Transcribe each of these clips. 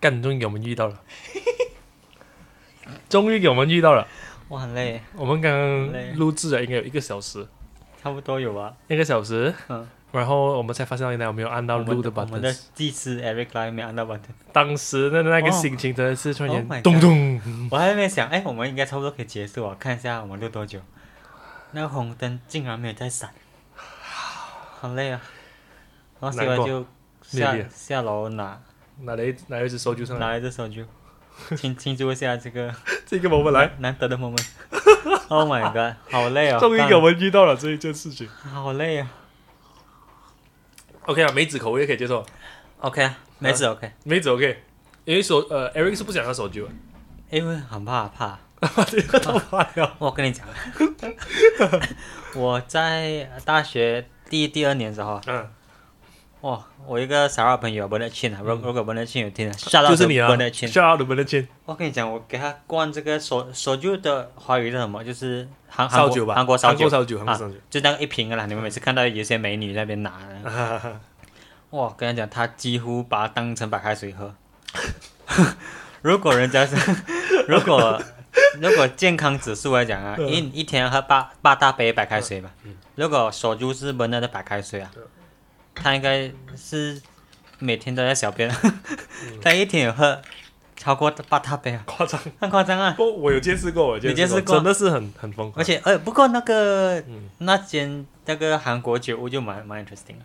干，终于给我们遇到了， 终于给我们遇到了。我很累，我们刚累刚录制了应该有一个小时，差不多有啊吧。一个小时，嗯，然后我们才发现原来我没有按到我们录的我们的 button。技师 Eric Line 没按到 button，当时的那个哦心情真的是突然 Oh 间 my god 咚咚，我还没想，哎，我们应该差不多可以结束啊，看一下我们录多久。那个红灯竟然没有在闪，好累啊。然后洗难完过就灭下裂下楼拿拿了一拿了一只手就上拿来，来这手 机，庆庆祝一下这个这个我们来，难得 的 moment。Oh my god，好累啊！终于干给我们遇到了这一件事情。好累啊。 OK 啊，梅子口味可以接受， OK 啊，没事 OK，梅子 OK，因为手呃 Eric 是不想要手 酒，呃因为很怕怕。这个都怕了。我跟你讲， 我在大学第一、第二年的时候，嗯，哇，我一个傻二朋友 b e n 啊，如如果 b e n 有听的，吓到就是你啊 b e n ，Shout out to 我们的亲，我跟你讲，我给他灌这个手手就的华语是什么？就是韩韩烧国酒吧，韩国烧韩酒国，烧酒，韩国啊烧酒。就那个一瓶的啦。你们每次看到有些美女在那边 拿的，哇，跟你讲，他几乎把它当成白开水喝。 如果人家是， 如果如果健康指数来讲啊，嗯一一天喝八八大杯白开水吧。如果手就是闷的白开水啊，嗯他应该是每天都在小便，嗯 他一天有喝超过八大杯啊，夸张，很夸张啊。不，我有见识过，我有你见识过真的是很很疯狂而。且呃，不过那个、嗯那间那个韩国酒屋就蛮蛮 interesting 的。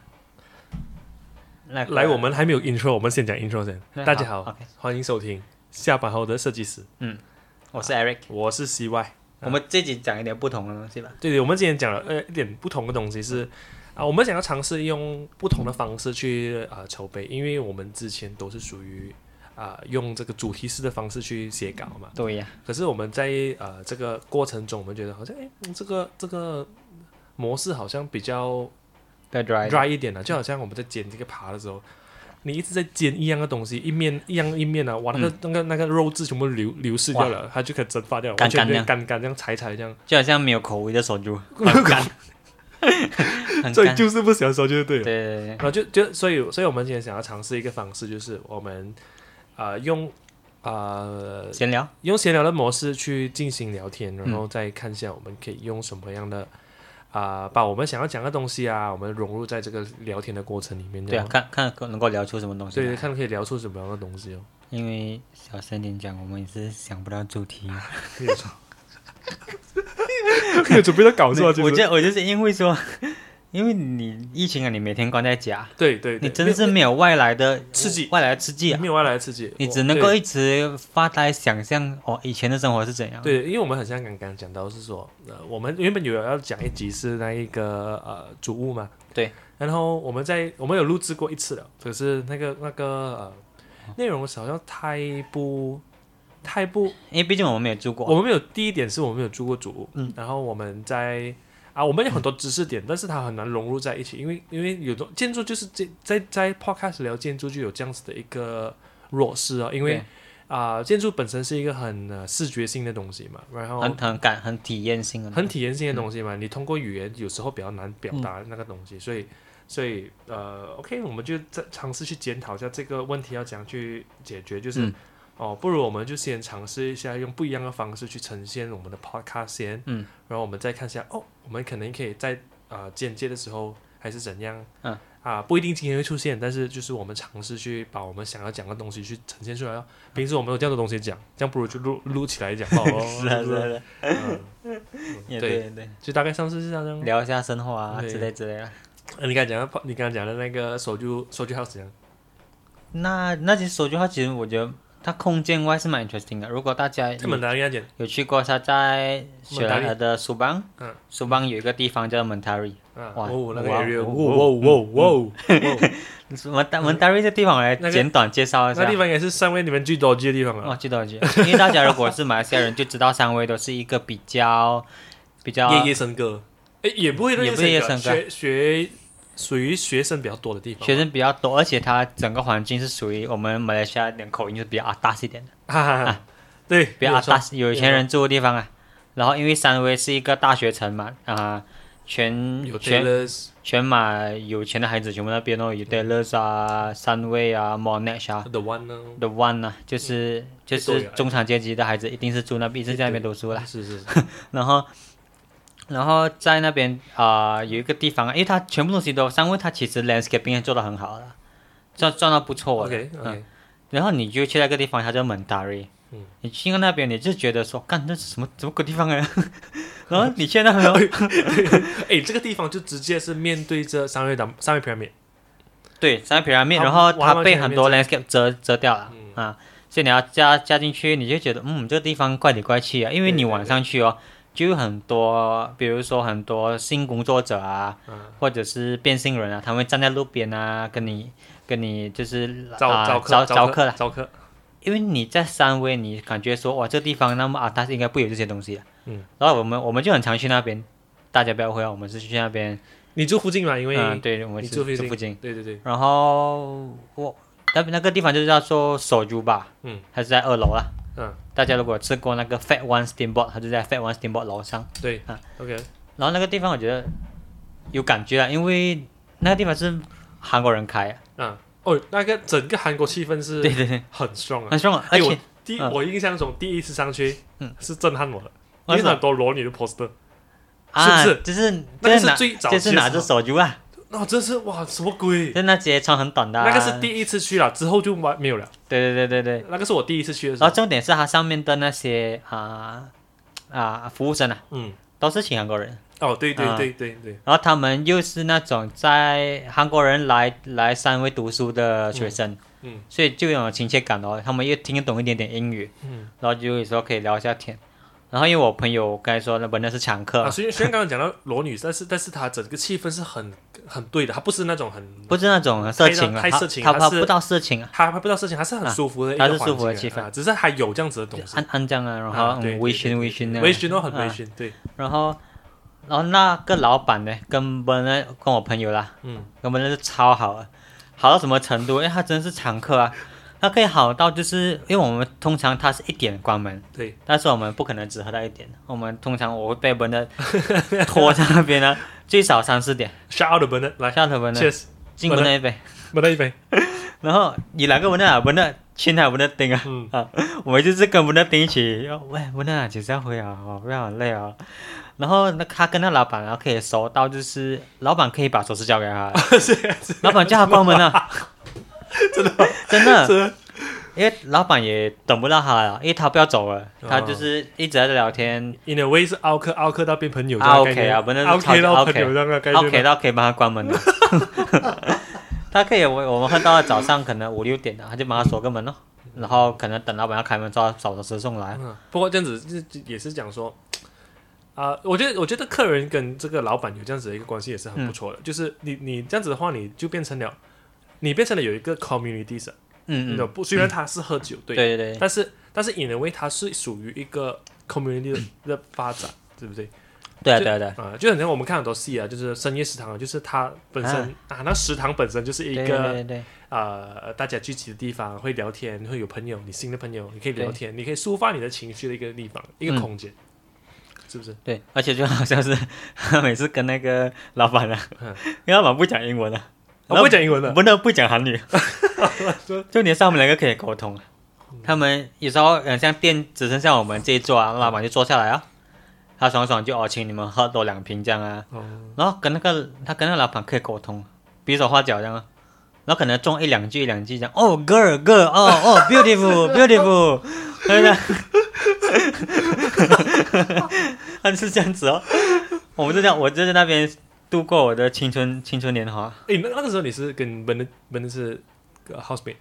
那个来，我们还没有 intro，我们先讲 intro 先。嗯大家好，好，OK 欢迎收听下班后的设计师，我是 Eric，、我是 CY。我们这集讲一点不同的东西吧。对对，我们今天讲了呃一点不同的东西是啊，我们想要尝试用不同的方式去啊、呃筹备，因为我们之前都是属于啊、用这个主题式的方式去写稿嘛。对呀、可是我们在呃这个过程中，我们觉得好像哎、嗯这个这个模式好像比较对 dry， dry 一点啊的、就好嗯像我们在煎这个扒的时候，你一直在煎一样的东西，一面一样一面啊，哇，那个、嗯那个那个肉质全部流流失掉了，它就可以蒸发掉了，完干全干变干干这样柴柴这样，就好像没有口味的手珠，很 干，很所以干。就是不喜欢说就是对对了，对对，然后就就所以所以我们今天想要尝试一个方式，就是我们啊、呃用啊、呃对闲聊，用闲聊的模式去进行聊嗯天，然后再看一下我们可以用什么样的啊、把我们想要讲的东西啊，我们融入在这个聊天的过程里面，对这啊样，看看能够聊出什么东西呃对，来。看可以聊出什么样的东西哦。因为小声点讲，我们也是想不到主题。没有错，没有准备在搞错，我就是就我就是因为说， 因为你疫情啊，你每天关在家，对对对，你真的是没有外来的刺激外来的刺激啊没，有外来的刺激，你我只能够对一直发呆想象哦，以前的生活是怎样。对，因为我们很像刚刚讲到是说，呃，我们原本有要讲一集是那一个呃主物嘛，对，然后我们在我们有录制过一次了，可是那个那个呃内容好像太不太不因为毕竟我们没有住过，我们没有第一点是我们没有住过主屋，嗯，然后我们在啊，我们有很多知识点，但是它很难融入在一起，因为因为有种建筑就是这在在 podcast 聊建筑就有这样子的一个弱势啊，因为对啊、建筑本身是一个很、呃、视觉性的东西嘛，然后很很感很体验性的。哦嗯很体验性的东西嘛，你通过语言有时候比较难表达那个东西，所以所以呃，OK，我们就再尝试去检讨一下这个问题要怎样去解决，就是、嗯哦，不如我们就先尝试一下用不一样的方式去呈现我们的 podcast 先，嗯，然后我们再看一下哦，我们可能可以在呃间接的时候还是怎样，嗯。啊，不一定今天会出现，但是就是我们尝试去把我们想要讲的东西去呈现出来哦。平时我们有这样的东西讲，这样不如就录录起来讲好了哦。 是啊不是啊，是啊嗯也对对对，就大概上次是这样。聊一下生活啊对之类之类的。呃你刚才讲的，你刚才讲的那个手就手就 house 怎样？那那些手机号其实我觉得它空间外是蛮 interesting 的。如果大家他们拿人家讲，有去过，它在雪兰莪的苏邦嗯，苏邦有一个地方叫 Mentari，啊，哇哦，那个哇嗯 area，哦哇哇哇哇，蒙蒙达瑞这地方我来嗯那个简短介绍一那下地。方也是三位你们最多去的地方啊了。哦，记得记得， 因为大家如果是马来西亚人，就知道三威都是一个比较比较夜夜笙歌，哎，也不会嗯啊也不是夜夜笙歌学学属于学生比较多的地方。啊学生比较多，而且它整个环境是属于我们马来西亚人口音就是比较阿达斯一点的，哈哈啊哈，对，比较阿没有错达斯有钱人住的地方啊。然后因为三威是一个大学城嘛，啊、全有全 Taylor's 全马有钱的孩子全部那边哦，有 d a l l a s 啊、三位啊、Monash 啊 The One 呢， ，The One 啊，就是就一堆是啊中产阶级的孩子一定是住那边，一直在那边读书啦。是是是，然后，然后在那边啊、有一个地方，因为它全部东西都，三位它其实 landscaping 也做得很好了，赚赚到不错嗯的。 OK OK，然后你就去那个地方，它叫 Mentari。嗯你去到那边，你就觉得说，干这是什么什么鬼地方啊？ 然后你去那边，哎，这个地方就直接是面对着三瑞岛三瑞 pyramid，对，三个 pyramid，它然后完它完被全很没多 landscape 遮遮掉了、嗯啊，所以你要加加进去，你就觉得嗯，这个地方怪里怪气啊，因为对你对晚对上去哦，就有很多，比如说很多性工作者啊，嗯或者是变性人啊，他们站在路边啊，跟你跟你就是招啊招招客招客啦，招客，因为你在三威，你感觉说哇，这地方那么啊，但是应该不有这些东西啊。嗯。然后我们我们就很常去那边，大家不要会啊，我们是去那边，你住附近嘛？因为嗯，对，我们你是住附这近附近。对对对，然后我那那个地方就叫做手珠吧，嗯，它是在二楼啦。嗯，大家如果吃过那个 Fat One Steamboat，它就在 Fat One Steamboat 楼上。对啊，OK，然后那个地方我觉得有感觉啦，因为那个地方是韩国人开啊，嗯，哦，那个整个韩国气氛是对对对，很 strong 啊。很爽啊，哎而我且第嗯我印象中第一次上去嗯是震撼我的，因为为什么很多裸女的 poster，啊，是不是就是那就个是拿是最早就是拿期的着时手珠啊，那真是哇，什么鬼就？是那些穿很短的、啊，那个是，第一次去了，之后就完没有了。对对对对对。啊那个是我第一次去的时然候后，重点是它上面的那些啊啊服务生啊，嗯，都是请韩国人。哦，对对啊对对对，然后他们又是那种在韩国人来来三威读书的学生，嗯嗯所以就有亲切感哦。他们又听得懂一点点英语，嗯，然后就有时候可以聊一下天。然后因为我朋友刚才说那本来是常客，啊，虽然虽然刚刚讲到裸女，但是但是她整个气氛是很很对的，她不是那种很不是那种色情啊，太太色情他他他他是不到色情啊，她还不知道事情，还是很啊舒服的一她个是环舒服的境气氛啊，只是还有这样子的东就西按，按这样啊，然后、啊对嗯对微对醺对微醺那样微醺都很微啊醺，对，然后然后那个老板呢，跟本来跟我朋友啦，嗯，我们那是超好啊，好到什么程度？因为他真的是常客啊，他可以好到就是因为我们通常他是一点关门，对，但是我们不可能只喝到一点，我们通常我会被闷的拖在那边呢， 最少三四点， shout out 的 b e r n a 来下头闷的， ，cheers，进门那一杯， b e r n a 一 杯，然后你两个啊闷的闷的，亲他闷的顶啊，嗯，我们就是跟温娜丁一起，喂，温娜姐要回啊，哦不要很累啊。然后那他跟那老板，然啊后可以熟到就是老板可以把手势交给 他，老板叫他关门啊， 真的真的，因为老板也等不到他了，因为他不要走了，他就是一直在聊天。 in a way 是凹客凹客到变朋友啊这样的概 OK 啊念不能凹吵客到，OK 朋友这样的概念啊 OK，到可以帮他关门了。 他可以，我我们喝到了早上可能五六点了，他就帮他锁个门咯，然后可能等老板要开门之后找的时送来。嗯，不过这样子是也是讲说，啊、我觉得我觉得客人跟这个老板有这样子的一个关系也是很不嗯错的。就是你你这样子的话，你就变成了，你变成了有一个 communities，、嗯嗯、嗯，不虽然他是喝酒、对对，对对，但是但是 in a way 它是属于一个 community 的的发展，对不对？对啊对啊对啊。啊、就很像我们看很多戏啊，就是深夜食堂啊，就是它本身啊那食堂本身就是一对个对对对呃大家聚集的地方，会聊天，会有朋友，你新的朋友，你可以聊天，你可以抒发你的情绪的一个地方，嗯一个空间，是不是？对，而且就好像是 每次跟那个老板啊嗯，因为老板不讲英文啊，哦我不会讲英文的，不能不讲 韩语，就连上我们两个可以沟通啊。他们有时候嗯，像店只剩下我们这一桌啊，老板就坐下来啊，他爽爽就哦，请你们喝多两瓶这样啊，哦，然后跟那个他跟那个老板可以沟通，比手画脚这样啊，然后可能中一两句一两句这样，哦，girl girl，哦哦 ，beautiful beautiful，对 不对？他是这样子哦，我们就这样，我就在那边度过我的青春青春年华，诶，那那个时候你是跟本的本的是呃 housemate，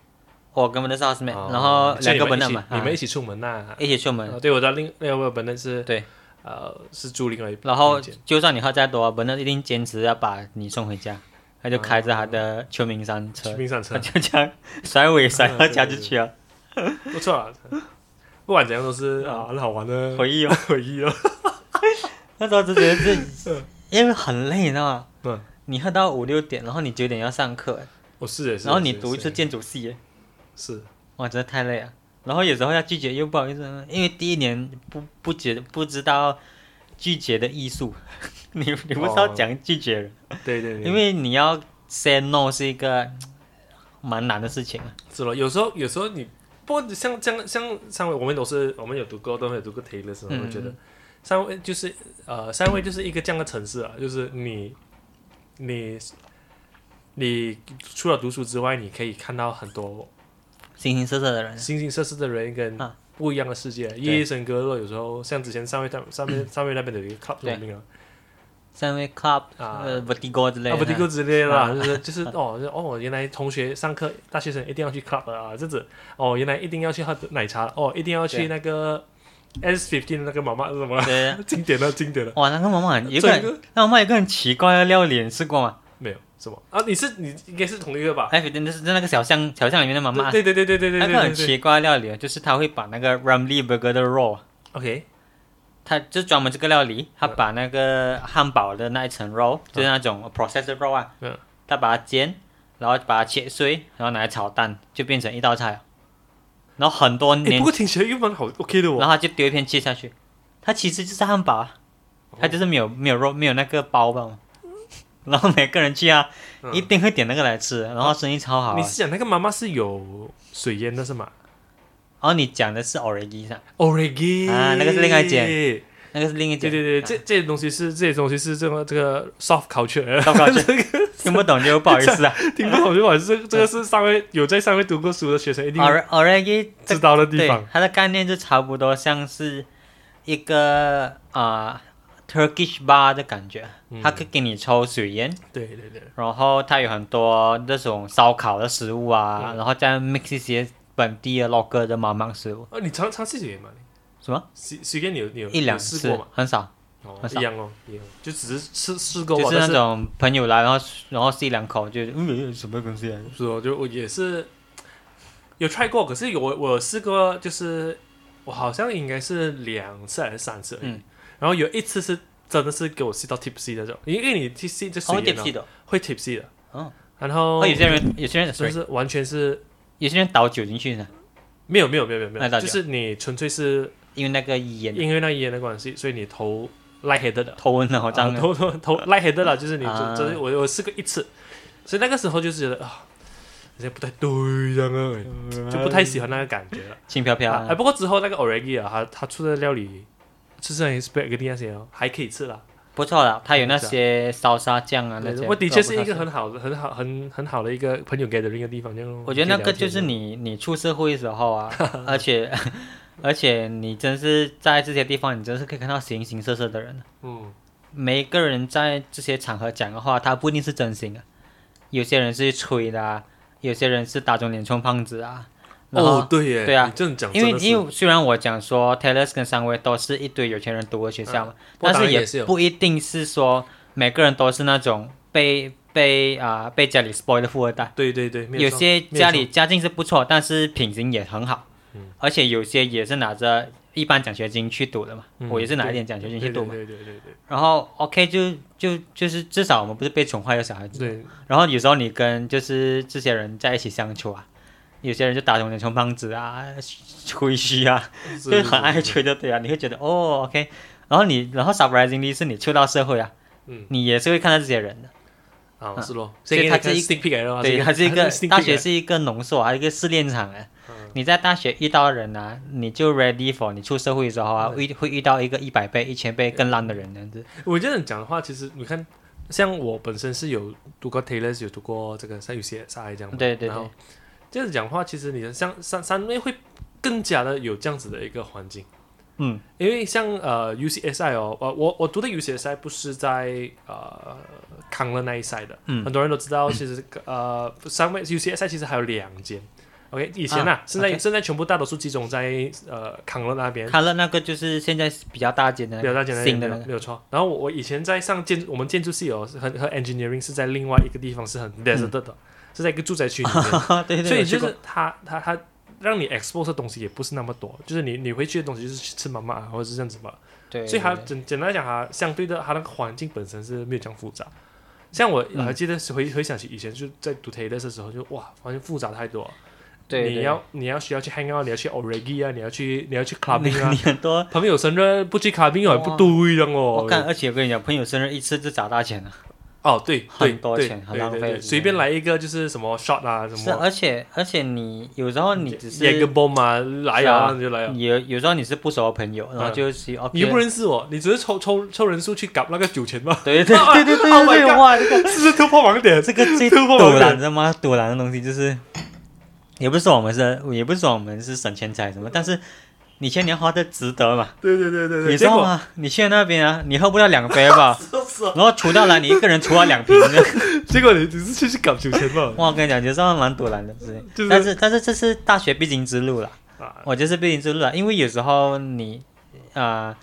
我跟我们的 housemate，、哦然后所两以个你们本一的起嘛，你们一啊起出门呐、一起出门，啊？对，我知道另另外一个本的是对，呃是住另外一，然后一间就算你喝再多，啊本的一定坚持要把你送回家，他就开着他哦的秋名山车 去。冰上车他，就这样甩尾甩到嗯家就去了，不错啊。不管怎样都是啊，很好玩的回忆哦。 回忆哦。 那时候就觉得 这，因为很累，你知道吗？嗯，你喝到五六点，然后你九点要上课，我哦是也是。然后是你也读一是次建筑系，啊是哇，真的太累了。然后有时候要拒绝又不好意思，因为第一年不不觉不知道拒绝的艺术， 你你不知道哦讲拒绝人，对对对，因为你要 say no 是一个蛮难的事情啊。是了，有时候有时候你不过像像像上位，我们都是我们有读过，都有读过 Taylor 什么，我觉嗯得上位就是呃上位就是一个这样的城市啊，就是你你你除了读书之外，你可以看到很多形形色色的人，形形色色的人跟啊不一样的世界，夜夜笙歌乐。有时候像之前上位上上面上面那边的有一个 club 对什么名啊，三位 club 啊呃 v e r t i g o 之类啊的，不 Digo 之类的啦，啊就是就是哦就哦，原来同学上课大学生一定要去 club 啊，这子哦，原来一定要去喝奶茶哦，一定要去对那个 S fifteen 那个妈妈是什么对啊，经典的经典的，哇，那个妈妈很有一个这很个那妈妈有一个很奇怪的料理，你吃过吗？没有什么啊？你是你应该是同一个吧？哎，那是那个小巷小巷里面的妈妈，对对对对对对那对个很对对奇怪的料理，就是她会把那个 Ramly Burger 的肉， ，OK 它就专门这个料理，她把那个汉堡的那一层肉，就是那种 processed 肉啊嗯，她把它煎，然后把它切碎，然后拿来炒蛋，就变成一道菜了。然后很多哎。嗯年不过听起来又蛮好 OK 的然哦。后他就丢一片切下去，它其实就是汉堡啊，哦它就是没有没有肉没有那个包包嘛。然后每个人去啊，嗯一定会点那个来吃，然后生意超好、啊。你然是讲那个妈妈是有水淹的是吗后你讲的是 origi 上， ？Origi 啊那个是另外一间件。那个是另一对间。对对，这啊这些东西是这些东西是这个这个 soft culture，糟 糕，听不懂就不好意思啊。听不懂就好，这这个是上位有在上位读过书的学生一定 or origi 知道的地啊对方。它的概念就差不多像是一个啊、Turkish bar 的感觉，嗯它可以给你抽水烟，对对对，然后它有很多那种烧烤的食物啊，嗯然后再 mix 一些本地的 local 的妈妈食物，哦，你尝尝试几年嘛？什么随随便你有你有一两有试次过嘛？很少，哦很，一少样哦，一样，就只是试试过就吧，是但那是种朋友来，然后然后吃一两口就嗯什么东西啊，说就我也是有 try 过，可是有我我有试过，就是我好像应该是两次还是三次而已，嗯然后有一次是真的是给我吸到 tipsy 那种，因为你 tipsy 就水会淹点了屁的，会 tipsy 的，哦，然后哦有些人有些人就 sorry，是完全是有些人倒酒进去呢，没有没有没有没有没那到有，底就啊是你纯粹是因为那个烟因为那烟的关系，所以你头 light headed 的，吞了好啊脏 哦的，头头头 light headed 了，就是你啊就就是我我试过一次，所以那个时候就是觉得啊，好像不太对这样啊，就不太喜欢那个感觉 了。轻飘飘啊，哎啊，不过之后那个 oregi 啊，它它出的料理，吃上 spaghetti 那些哦，还可以吃啦。不错了，它有那些烧沙酱啊那对些，我的确是一不个错不错很好的、很好、很很好的一个朋友 gathering 的地方，这样咯我觉得那可个以聊就是天你你出社会的时 候啊，而且 而且你真是在这些地方，你真是可以看到形形色色的人。啊嗯，每一个人在这些场合讲的话，他不一定是真心的，啊有些人是吹的啊，有些人是打肿脸充胖子啊。然后，哦，对耶，对啊你这样讲因真为的是，因为虽然我讲说 Taylor 跟三位都是一堆有钱人读的学校嘛，不过嗯但当然是也是有不一定是说每个人都是那种被被啊、被家里 spoil 的富二代。对对对，没有错些没嗯家错里家境是不错，但是品行也很好，而且有些也是拿着一般奖学金去读的嘛，嗯我也是拿一对点奖学金去对读对嘛。对对对对。然后 OK 就就就是至少我们不是被宠坏的小孩子。对，然后有时候你跟就是这些人在一起相处啊，有些人就打肿脸充胖子啊，吹嘘啊，就是 很爱去。吹就对啊，你会觉得哦 OK，然后你然后 surprisingly 是你出到社会啊，嗯你也是会看到这些人的。啊，是咯，嗯所先以给它你看是一 sneak peek 来的嘛对，先它是一个 sneak 大 peek 学来是一个浓缩啊，一个试炼场哎。你在大学遇到的人啊，你就 ready for 你出社会的时候啊，会会遇到一个一百倍、一千倍更烂的人这样子。我这样讲的话，其实你看，像我本身是有读过 Taylor，有读过这个像有些啥这样嘛，对对然后对，这样子讲的话，其实你像三三位会更加的有这样子的一个环境，嗯，因为像呃 UCSI 哦，呃我我读的 UCSI 不是在呃康乐那一赛的，嗯很多人都知道，其实呃上面 UCSI 其实还有两间。OK，以前啊啊，现在 OK 现在全部大多数集中在呃康乐那边，看了那个就是现在比较大间的那比较个大间的新没的有那个，没有错。然后我我以前在上建我们建筑系哦，是很和 engineering 是在另外一个地方，是很嗯 desert 的，是在一个住宅区里面，对对对，所以我去就过是它它它让你 expose 的东西也不是那么多，就是你你会去的东西就是去吃妈妈啊，或者是这样子吧。对，所以它对对简简单来讲，它相对的它那个环境本身是没有这样复杂。嗯像我我还记得是回回想起以前就在读 Taylor 的时候就，哇，发现复杂太多了。对，你对要你要需要去 hang out，你要去 origi 啊，你要去你要去你 clubbing 啊你。很多。 朋友生日不去 clubbing 哦，哇不对的我哦。看，而且我跟你讲，朋友生日一次就砸大钱了。哦，对对很多对钱很对浪对费对，随便来一个就是什么 shot 啊，什是啊，么而且而且你有时候你只是一个 bomb 啊，来是啊啊你就来啊。有有时候你是不熟的朋友，然后就是哦，你又不认识我，你只是抽抽抽人数去搞那个酒钱吗？ 对对对对对 Oh my 对对， God 哇，这个是不是突破盲点？这个最突破盲堵点然的吗？堵然的东西就是，也不是说我们是，也不是说我们是省钱财什么，但是你钱你要花的值得嘛，对对对对对，你知结道果，吗？你去那边啊，你喝不到两杯吧是啊然后除掉了你一个人除了两瓶，结果你只是去去搞酒钱嘛？ 哇，我跟你讲，其实蛮堵然的，是就是但是但是这是大学必经之路啦。啊，我就是必经之路了，因为有时候你啊、呃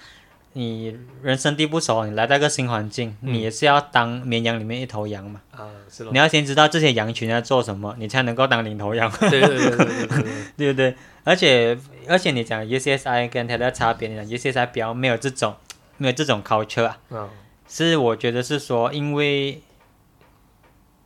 你人生地不熟，你来到一个新环境，嗯你也是要当绵羊里面一头羊嘛。 啊，是咯你，要先知道这些羊群在做什么，你才能够当领头羊，对对对对对对 对，对不对？而且而且你讲 UCSI 跟 t e l 差别，你讲 UCSI 比较没有这种没有这种 culture 啊，嗯是我觉得是说因为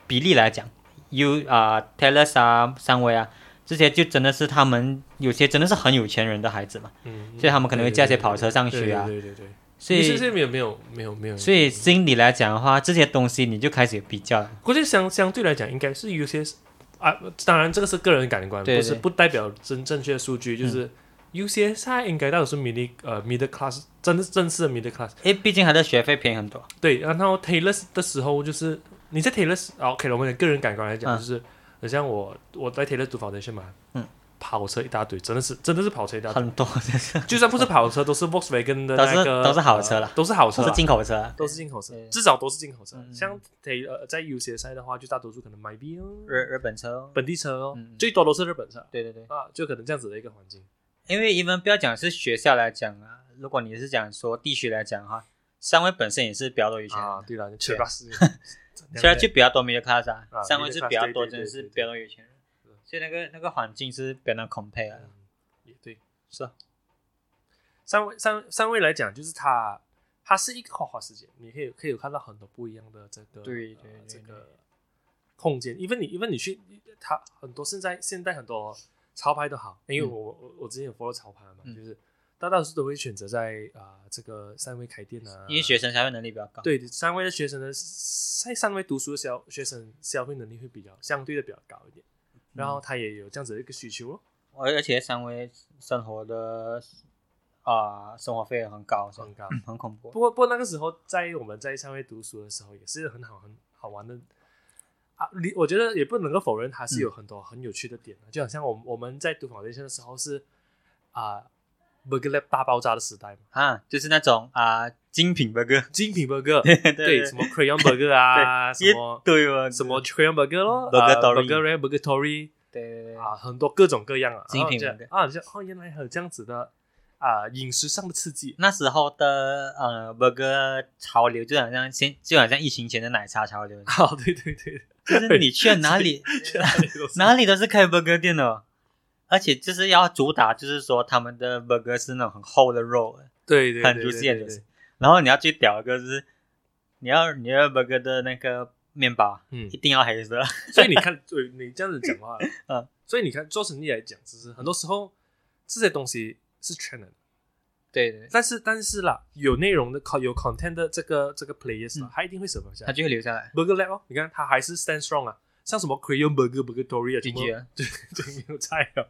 比例来讲，U 啊、t e l 啊、三维啊这些就真的是他们有些真的是很有钱人的孩子嘛。嗯，所以他们可能会驾些跑车上去啊。对对对对，所是以，是没有没有没有没有，所以心理来讲的话，这些东西你就开始有比较了。估计相相对来讲，应该是有些是啊，当然这个是个人感官，对不是对不代表真正确的数据，就是。UCSI 应该到底是 middle 呃 middle class，真的是正式的 middle class。因为毕竟他的学费便宜很多。对，然后 Taylor 的时候就是你在 Taylor 时啊 OK，了我们的个人感官来讲，嗯就是很像我我在 Taylor 读 foundation 嘛，嗯，跑车一大堆，真的是真的是跑车一大堆，很多，真是 就算不是跑车，都是 Volkswagen 的都是那个都是好车啦呃都是好车都啦， 是进口车，啊都是进口车，对至少都是进口车。嗯像得呃，在有些赛的话，就大多数可能买 B 哦，日日本车哦。本地车哦，嗯最多都是日本车对对对，啊，就可能这样子的一个环境。因为一般不要讲是学校来讲啊，如果你是讲说地区来讲的话，三位本身也是比较多有钱人啊，的，对 了，吃巴士，虽然就比较多 middle class 啊啊，三位是 middle class，比较多，对对真的是对对对比较多有钱人，所以那个那个环境是比较难 compare 啊。嗯也对。是啊，三位三三位来讲，就是它它是一个花花世界，你可以可以有看到很多不一样的这个对呃对对这对个空间。因为你因为你去它很多现在现在很多潮牌都好，因为嗯我、我我之前有 follow 潮牌嘛，嗯就是大多数都会选择在啊、这个三位开店啊，因为学生消费能力比较高。对三位的学生的在三位读书的消学生消费能力会比较相对的比较高一点，然嗯后他也有这样子的一个需求咯。而而且三维生活的啊、生活费很高，是吧嗯很高。很恐怖不。过，不过那个时候在我们在上面读书的时候，也是很好很好玩的啊。你我觉得也不能够否认，它嗯是有很多很有趣的点的。啊就好像我们我们在读 foundation 的时候是啊、b u r g e r Lab 大爆炸的时代嘛，啊，就是那种啊、精品 burger，精品 burger， 对对什么 crayon burger 啊，什对么对哦，什么 crayon burger 咯啊 Burgertory burger burger tory 对对对，啊，很多各种各样啊，精品然后就啊，你就哦，原来还有这样子的啊，饮食上的刺激， 那时候的呃 burger 潮流就好像先就好像疫情前的奶茶潮流，啊，对对对， 就是你去了哪 里哪里都是开 burger 店的哦，而且就是要主打就是说他们的 burger 是那种很厚的肉，对对，对很对 juicy 对的对 juicy 然后你要去屌一个就是你要你要 burger 的那个面包嗯一，定要黑色。 所以你看，对你这样子讲话，嗯，所以你看做生意来讲，其实很多时候这些东西是 channel，对对，但是但是啦，有内容的、co- 有 content 的这个这个 players，啊嗯他一定会 survive 下他来。就会留下来。 Burger Lab 哦，你看他还是 stand strong 啊，像什么 Crayon Burger、Burger Tory 啊，全部 GG 啊对， 就没有菜 啊，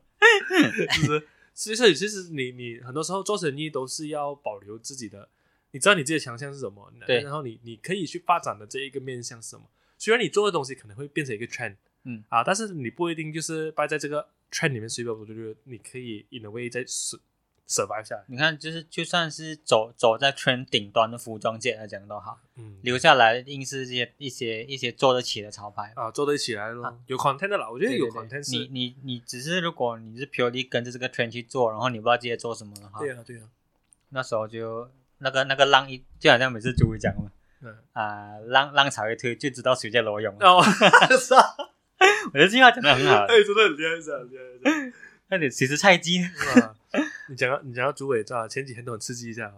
就是所以所以其实你你很多时候做生意都是要保留自己的，你知道你自己的强项是什么，对然后你你可以去发展的这一个面向是什么。虽然你做的东西可能会变成一个 trend，嗯啊，但是你不一定就是败在这个 trend 里面随波逐流，你可以 in a way 再 sur- survive 下来。你看，就是就算是走走在 trend 顶端的服装界来讲都好，嗯，留下来硬是这些一些一些做得起的潮牌。啊，做得起来咯，啊有 content 的啦，我觉对得对有对 content 是你你你只是如果你是 purely 跟着这个 trend 去做，然后你不知道自己在做什么的话，对啊对啊，那时候就那个那个浪一就好像每次主讲嘛，嗯，啊、浪浪潮一推就知道谁在裸泳 了。哦，是啊。，我觉得这句话讲的很好啊哎，真的很厉害，很厉害很厉害，那你其实菜鸡是吧？ 你讲到你讲到主委照，前几天都很刺激一下啊，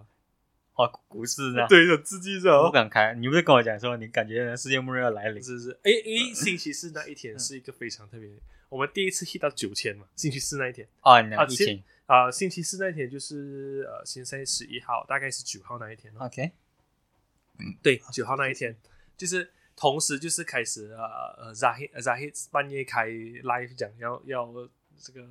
哇股市呢，对，很刺激一下啊我不哦。敢开，你不是跟我讲说你感觉世界末日要来临？嗯是是，哎哎，星期四那一天是一个非常特别。我们第一次 hit 到九千嘛，星期四那一天哦，你啊讲疫其情啊、星期四那一天就是呃，现在十一号，大概是九号那一天哦。 ，OK，嗯对，九号那一天，就是同时就是开始呃呃 z a h i z a h i 半夜开 live 讲要要这个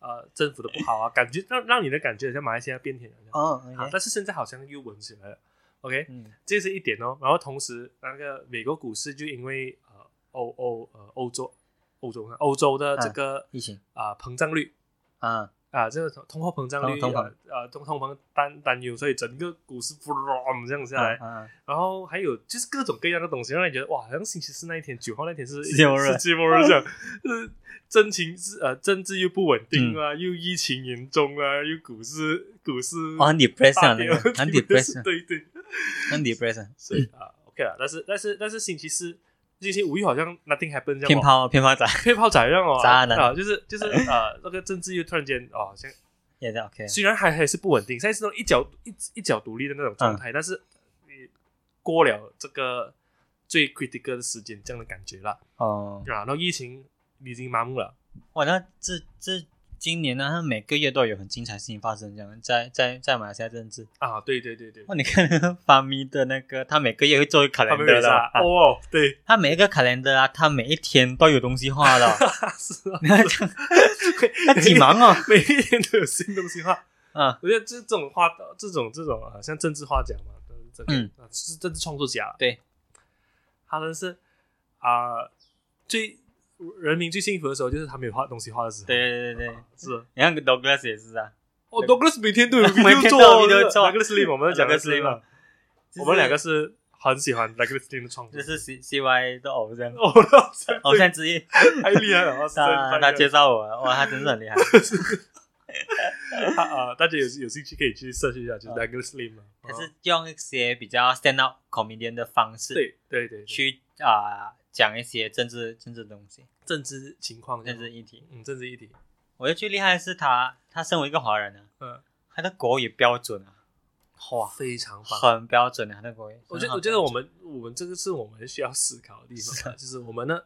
呃政府的不好啊，感觉让让你的感觉好像马来西亚变天了这样。哦啊， ，OK，但是现在好像又稳起来了。OK，嗯这是一点哦。然后同时，那个美国股市就因为呃欧欧呃欧洲欧洲欧洲的这个疫情啊、膨胀率啊，啊、这个通通货膨胀率通通膨啊呃通通膨担担忧，所以整个股市扑隆这样下来。啊，然后还有就是各种各样的东西，让你觉得哇，好像星期四那一天，九号那天是世界末日世界末日 这样，就是真情是呃政治又不稳定嗯啊，又疫情严重啊，又股市股市哦，很 depression 大啊那跌个啊，很 depression， depression，对对，很 depression，所以啊，OK 了，但是但是但是星期四、星期五又好像 nothing happened 这样、哦，骗炮骗炮仔 骗炮仔一样哦，渣男啊，就是就是呃那个政治又突然间哦，好像也是 OK，虽然还还是不稳定，现在是那种一角一一角独立的那种状嗯态，但是你过了这个最 critical 的时间，这样的感觉了哦，啊。然后疫情已经麻木了，哇，那这这今年呢，他每个月都有很精彩的事情发生，这样在在在马来西亚政治，啊，对对对对，哇，你看那个发咪的那个，他每个月会做一个他们 calendar 有的啥？啊，哦，对， 他每一个 calendar 啊，他每一天都有东西画的， 是啊，你看是啊 他几忙哦， 每一天都有新东西画。啊，我觉得这种画，这种这种啊，像政治画家嘛，这个、嗯啊是政治创作家，对，他们是啊、最人民最幸福的时候，就是他们有画东西画的时候，对，对对对，是啊。你看 Douglas 也是啊，哦，Douglas 每天都有 每 video 天都做有哦 video 做 Douglas Lim，我们讲 Douglas Lim 啊嘛，我们两个是很喜欢 Douglas Lim 的创作就，是 C C Y 的偶像， 哦，那真的偶像之一，太厉害了，他他介实绍我，哇，他真是很厉哦害，他 啊，大家有有兴趣可以去搜一下，就是 Douglas Lim 嘛，他哦是用一些比较 stand out comedian 的方式对对对，对去啊讲一些政治政治东西，政治情况这样，政治议题。嗯，政治议题，我觉得最厉害的是他，他身为一个华人啊，嗯，他的国语标准啊，哇，非常棒。很标准啊，他的国语。我觉得很好我觉得我们我们这个是我们需要思考的地方啊，就是我们呢，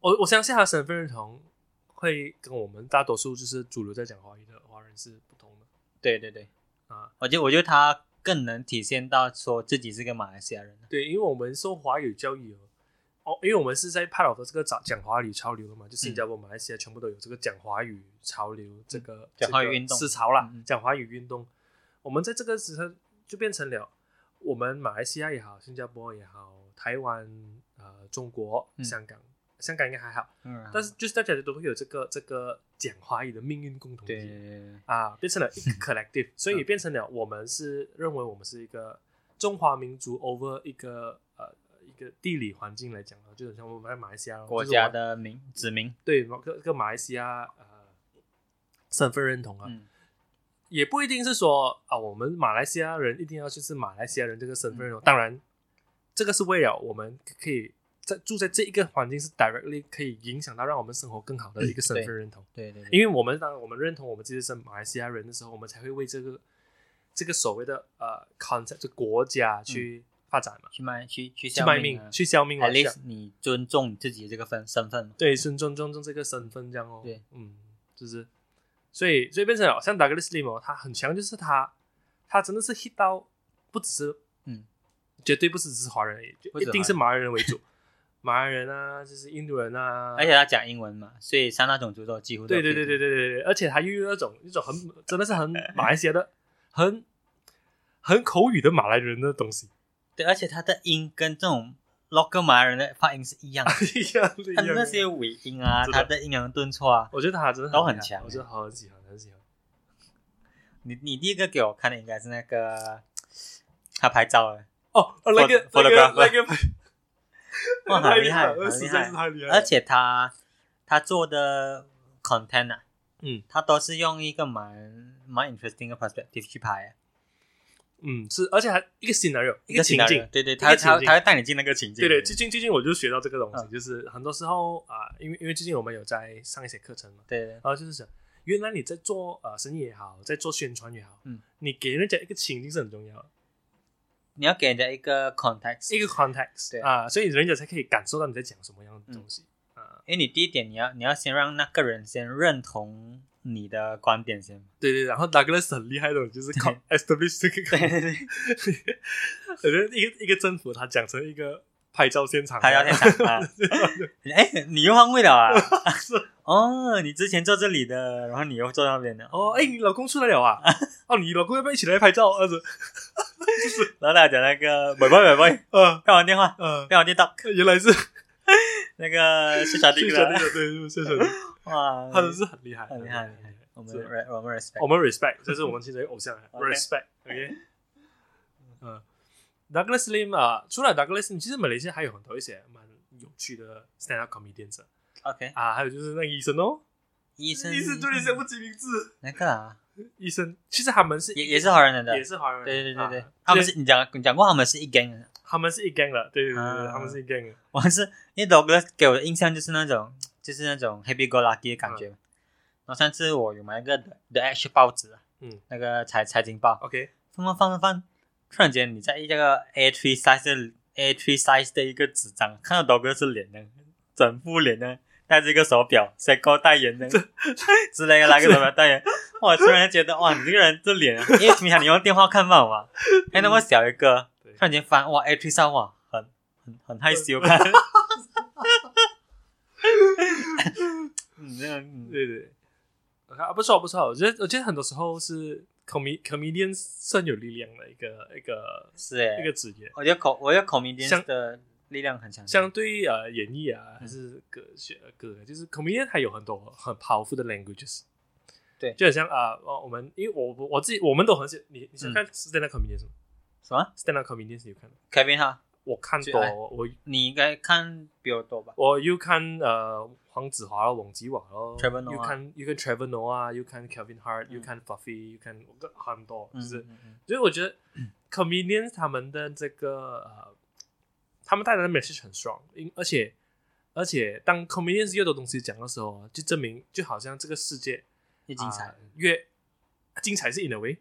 我我相信他身份认同会跟我们大多数就是主流在讲华语的华人是不同的。对对对，啊，我觉得我觉得他更能体现到说自己是个马来西亚人啊。对，因为我们受华语教育哦，哦，因为我们是在帕劳的这个讲讲华语潮流的嘛，就嗯新加坡、马来西亚全部都有这个讲华语潮流这个讲华语运动这个思潮啦嗯嗯，讲华语运动，我们在这个时候就变成了我们马来西亚也好，新加坡也好，台湾、呃，中国、嗯香港。香港应该还好，嗯，但是就是大家都会有这个这个讲华语的命运共同对体。对对对对啊，变成了 一个 collective，所以嗯也变成了我们是认为我们是一个中华民族 over 一个呃一个地理环境来讲啊，就很像我们在马来西亚咯国就是家我们的名子民，对各个马来西亚呃身份认同啊，嗯，也不一定是说啊我们马来西亚人一定要就是马来西亚人这个身份认嗯同，当然这个是为了我们可以在住在这一个环境是 directly 可以影响到让我们生活更好的一个身份嗯对认同。对对，对因为我们当我们认同我们自己是马来西亚人的时候，我们才会为这个这个所谓的呃 concept 就国家去发展嘛，去卖去去去嗯消卖命啊命，去消命嘛 at 去啊 least 你尊重你自己的这个分身份嘛。对，尊重尊重这个身份这样哦。对，嗯，就是，所以所以变成了像 Douglas Lim 哦，他很强，就是他他真的是 hit 到不只是嗯，绝对不是只是华人而已，就不止一华定人是马来人为主， 马来人啊，就是印度人啊，而且他讲英文嘛，所以三大种族都几乎都对有对对对对对对对，而且他又有那种一种很真的是很马来西亚的很很口语的马来人的东西， 对，而且他的音跟这种 local 马来人的发音是一样的，一样哎的一他样的。那些尾音啊，是的他的阴阳顿挫啊，我觉得他真的都很很厉害强我真的很喜欢很喜欢。你你第一个给我看的应该是那 个他拍照的，哦，呃那个 Photo- 那个 photographer 那个， 哇，太很厉害，了很实厉在是害，太厉害了。而且他他做的 content 啊，嗯他都是用一个蛮蛮 interesting 的 perspective 去拍啊的，嗯是，而且还一个 scenario 一个情 scenario，境。对对，一他个情他境他会带你进那个情境对里面，对，最近最近我就学到这个东西，嗯就是很多时候啊、因为因为最近我们有在上一些课程嘛，对对然后就是想，原来你在做呃生意也好，在做宣传也好，嗯，你给人家一个情境是很重要的，你要给人家一个 context，一个 context 对啊，所以人家才可以感受到你在讲什么样的东西啊。啊，因为你第一点你要你要先让那个人先认同你的观点 先。对对，然后 Douglas 很厉害的，就是靠 establish 这个，对对，我觉得一个一个政府他讲成一个拍照现场啊，他要先场啊。哎，你又换位了 啊？ 哦，你之前坐这里的，然后你又坐那边的，哦，哦，哎，你老公出来了啊？哦，你老公要不要一起来拍照？儿子，然后他讲那个美拜美拜，呃 看完电话，呃，看完电话，原来是那个是小弟谢弟小弟，对，谢小弟，哇，他真是很厉害，很厉害，很厉害我们是哦 re- 我们 respect，我们 respect，这是我们现在偶像 OK respect，OK，嗯，Douglas Lim 啊，除了 Douglas Lim，其实马来西亚还有很多一些蛮有趣的 stand up comedians 啊 OK，啊，还有就是那个医生哦，医生，医生对你想不起名字，那个啊，医生，其实他们是也也是华人来的也，是华人，对对对对啊，他们是你讲你讲过他们是一 gang 的，他们是一 gang 的，对对对对，啊他们是一 gang 的，我是因为 Douglas 给我的印象就是那种就是那种 happy go lucky 的感嗯觉。然后上次我有买一个 The The Edge 报纸，啊嗯那个财财经报， ，OK，放放放放放，突然间你在这个 A3 size 的 A3 size 的一个纸张看到 Douglas 的脸呢，整副脸呢。戴着一个手表，谁搞代言的 之类的，来个手表代言，我突然觉得哇，你这个人 这脸啊，因为平常你用电话看漫嘛，还啊哎那么小一个，对突然间翻哇 A 推上哇，很很很害羞 吧？ 嗯，这样嗯对对，啊，不错不错，我觉得我觉得很多时候是 comed comedian 是很有力量的一个一个是哎一，个职业，我觉得口我觉得口民像店的力量很强，相对于呃演艺啊还嗯是歌学歌，就是 comedian 它有很多很 powerful 的 languages。对就很像啊、呃我我们因为我我我自己我们都很喜，你你嗯想看 stand up comedian 什么什么？stand up comedian 你有看吗？ Kevin 哈，我看最多，爱我我你应该看比我多吧？我又看呃黄子华咯，王子华咯 Trevor Noah 又看又看 Trevor Noah，又看 Kevin Hart，、又嗯看 Buffy，又看我看很多，就嗯是。嗯嗯所以我觉得 comedians 他们的这个呃，他们带来的 message 很 strong，因而且而且当 comedians 越多东西讲的时候啊，就证明就好像这个世界越精彩嗯啊，越精彩是 in a way，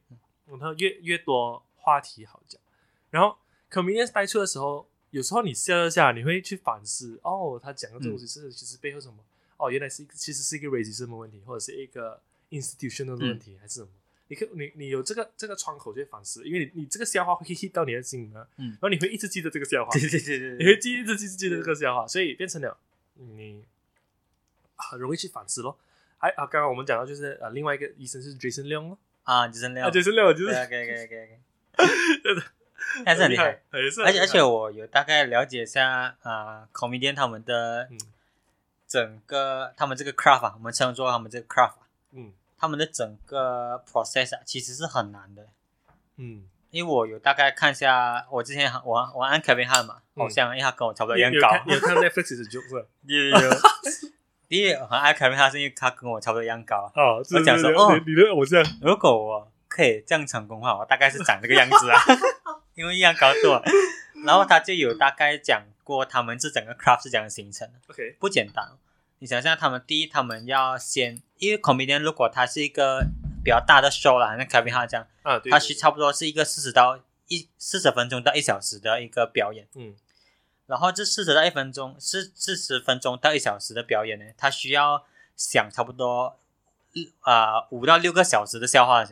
然后越越多话题好讲。然后嗯 comedians 带出的时候，有时候你笑一下，你会去反思，哦，他讲的这个东西是其实背后什么？哦，原来是一个其实是一个 racism 的问题，或者是一个 institutional 的问题，还是什么？你可你你有这个这个窗口去反思，因为你你这个笑话会 hit 到你的心里面，嗯然后你会一直记得这个 笑话， 对对对对你对，会 记一直记记得这个笑话，所以变成了你很容易去反思咯。还啊，刚刚我们讲到就是呃，另外一个医生是 Jason Leong 咯，啊，就是那啊样， ，Jason Leong 就是对啊，可以可以可以可以， 还是很很厉害。，也是很而厉且而害且我有大概了解一下啊，烤米店他们的嗯整个他们这个 craft 啊，我们称作他们这个 craft，啊嗯他们的整个 process 啊，其实是很难的。嗯，因为我有大概看一下，我之前我我按 Kevin 汉嘛，嗯偶像，因为他跟我差不多一有样有看高。有看 Netflix 的 joke 是吧？有 有有，第一我很爱 Kevin 汉是因为他跟我差不多一样 高。啊哦，我讲说是哦你你的偶 像，如果我可以这样成功的话，我大概是长这个样 子啊，因为一样高度啊。然后他就有大概讲过他们这整个 craft 是怎样形成的。 OK，不简单。哦你想象他们第一，他们要先，因为 comedian 如果他是一个比较大的 show 啦，像 Kevin Hart 这样，啊，对，他对是差不多是一个四十到一四十分钟到一小时的一个表演。嗯然后这四十到一分钟，四四十分钟到一小时的表演呢，他需要想差不多啊五、到六个小时的笑话。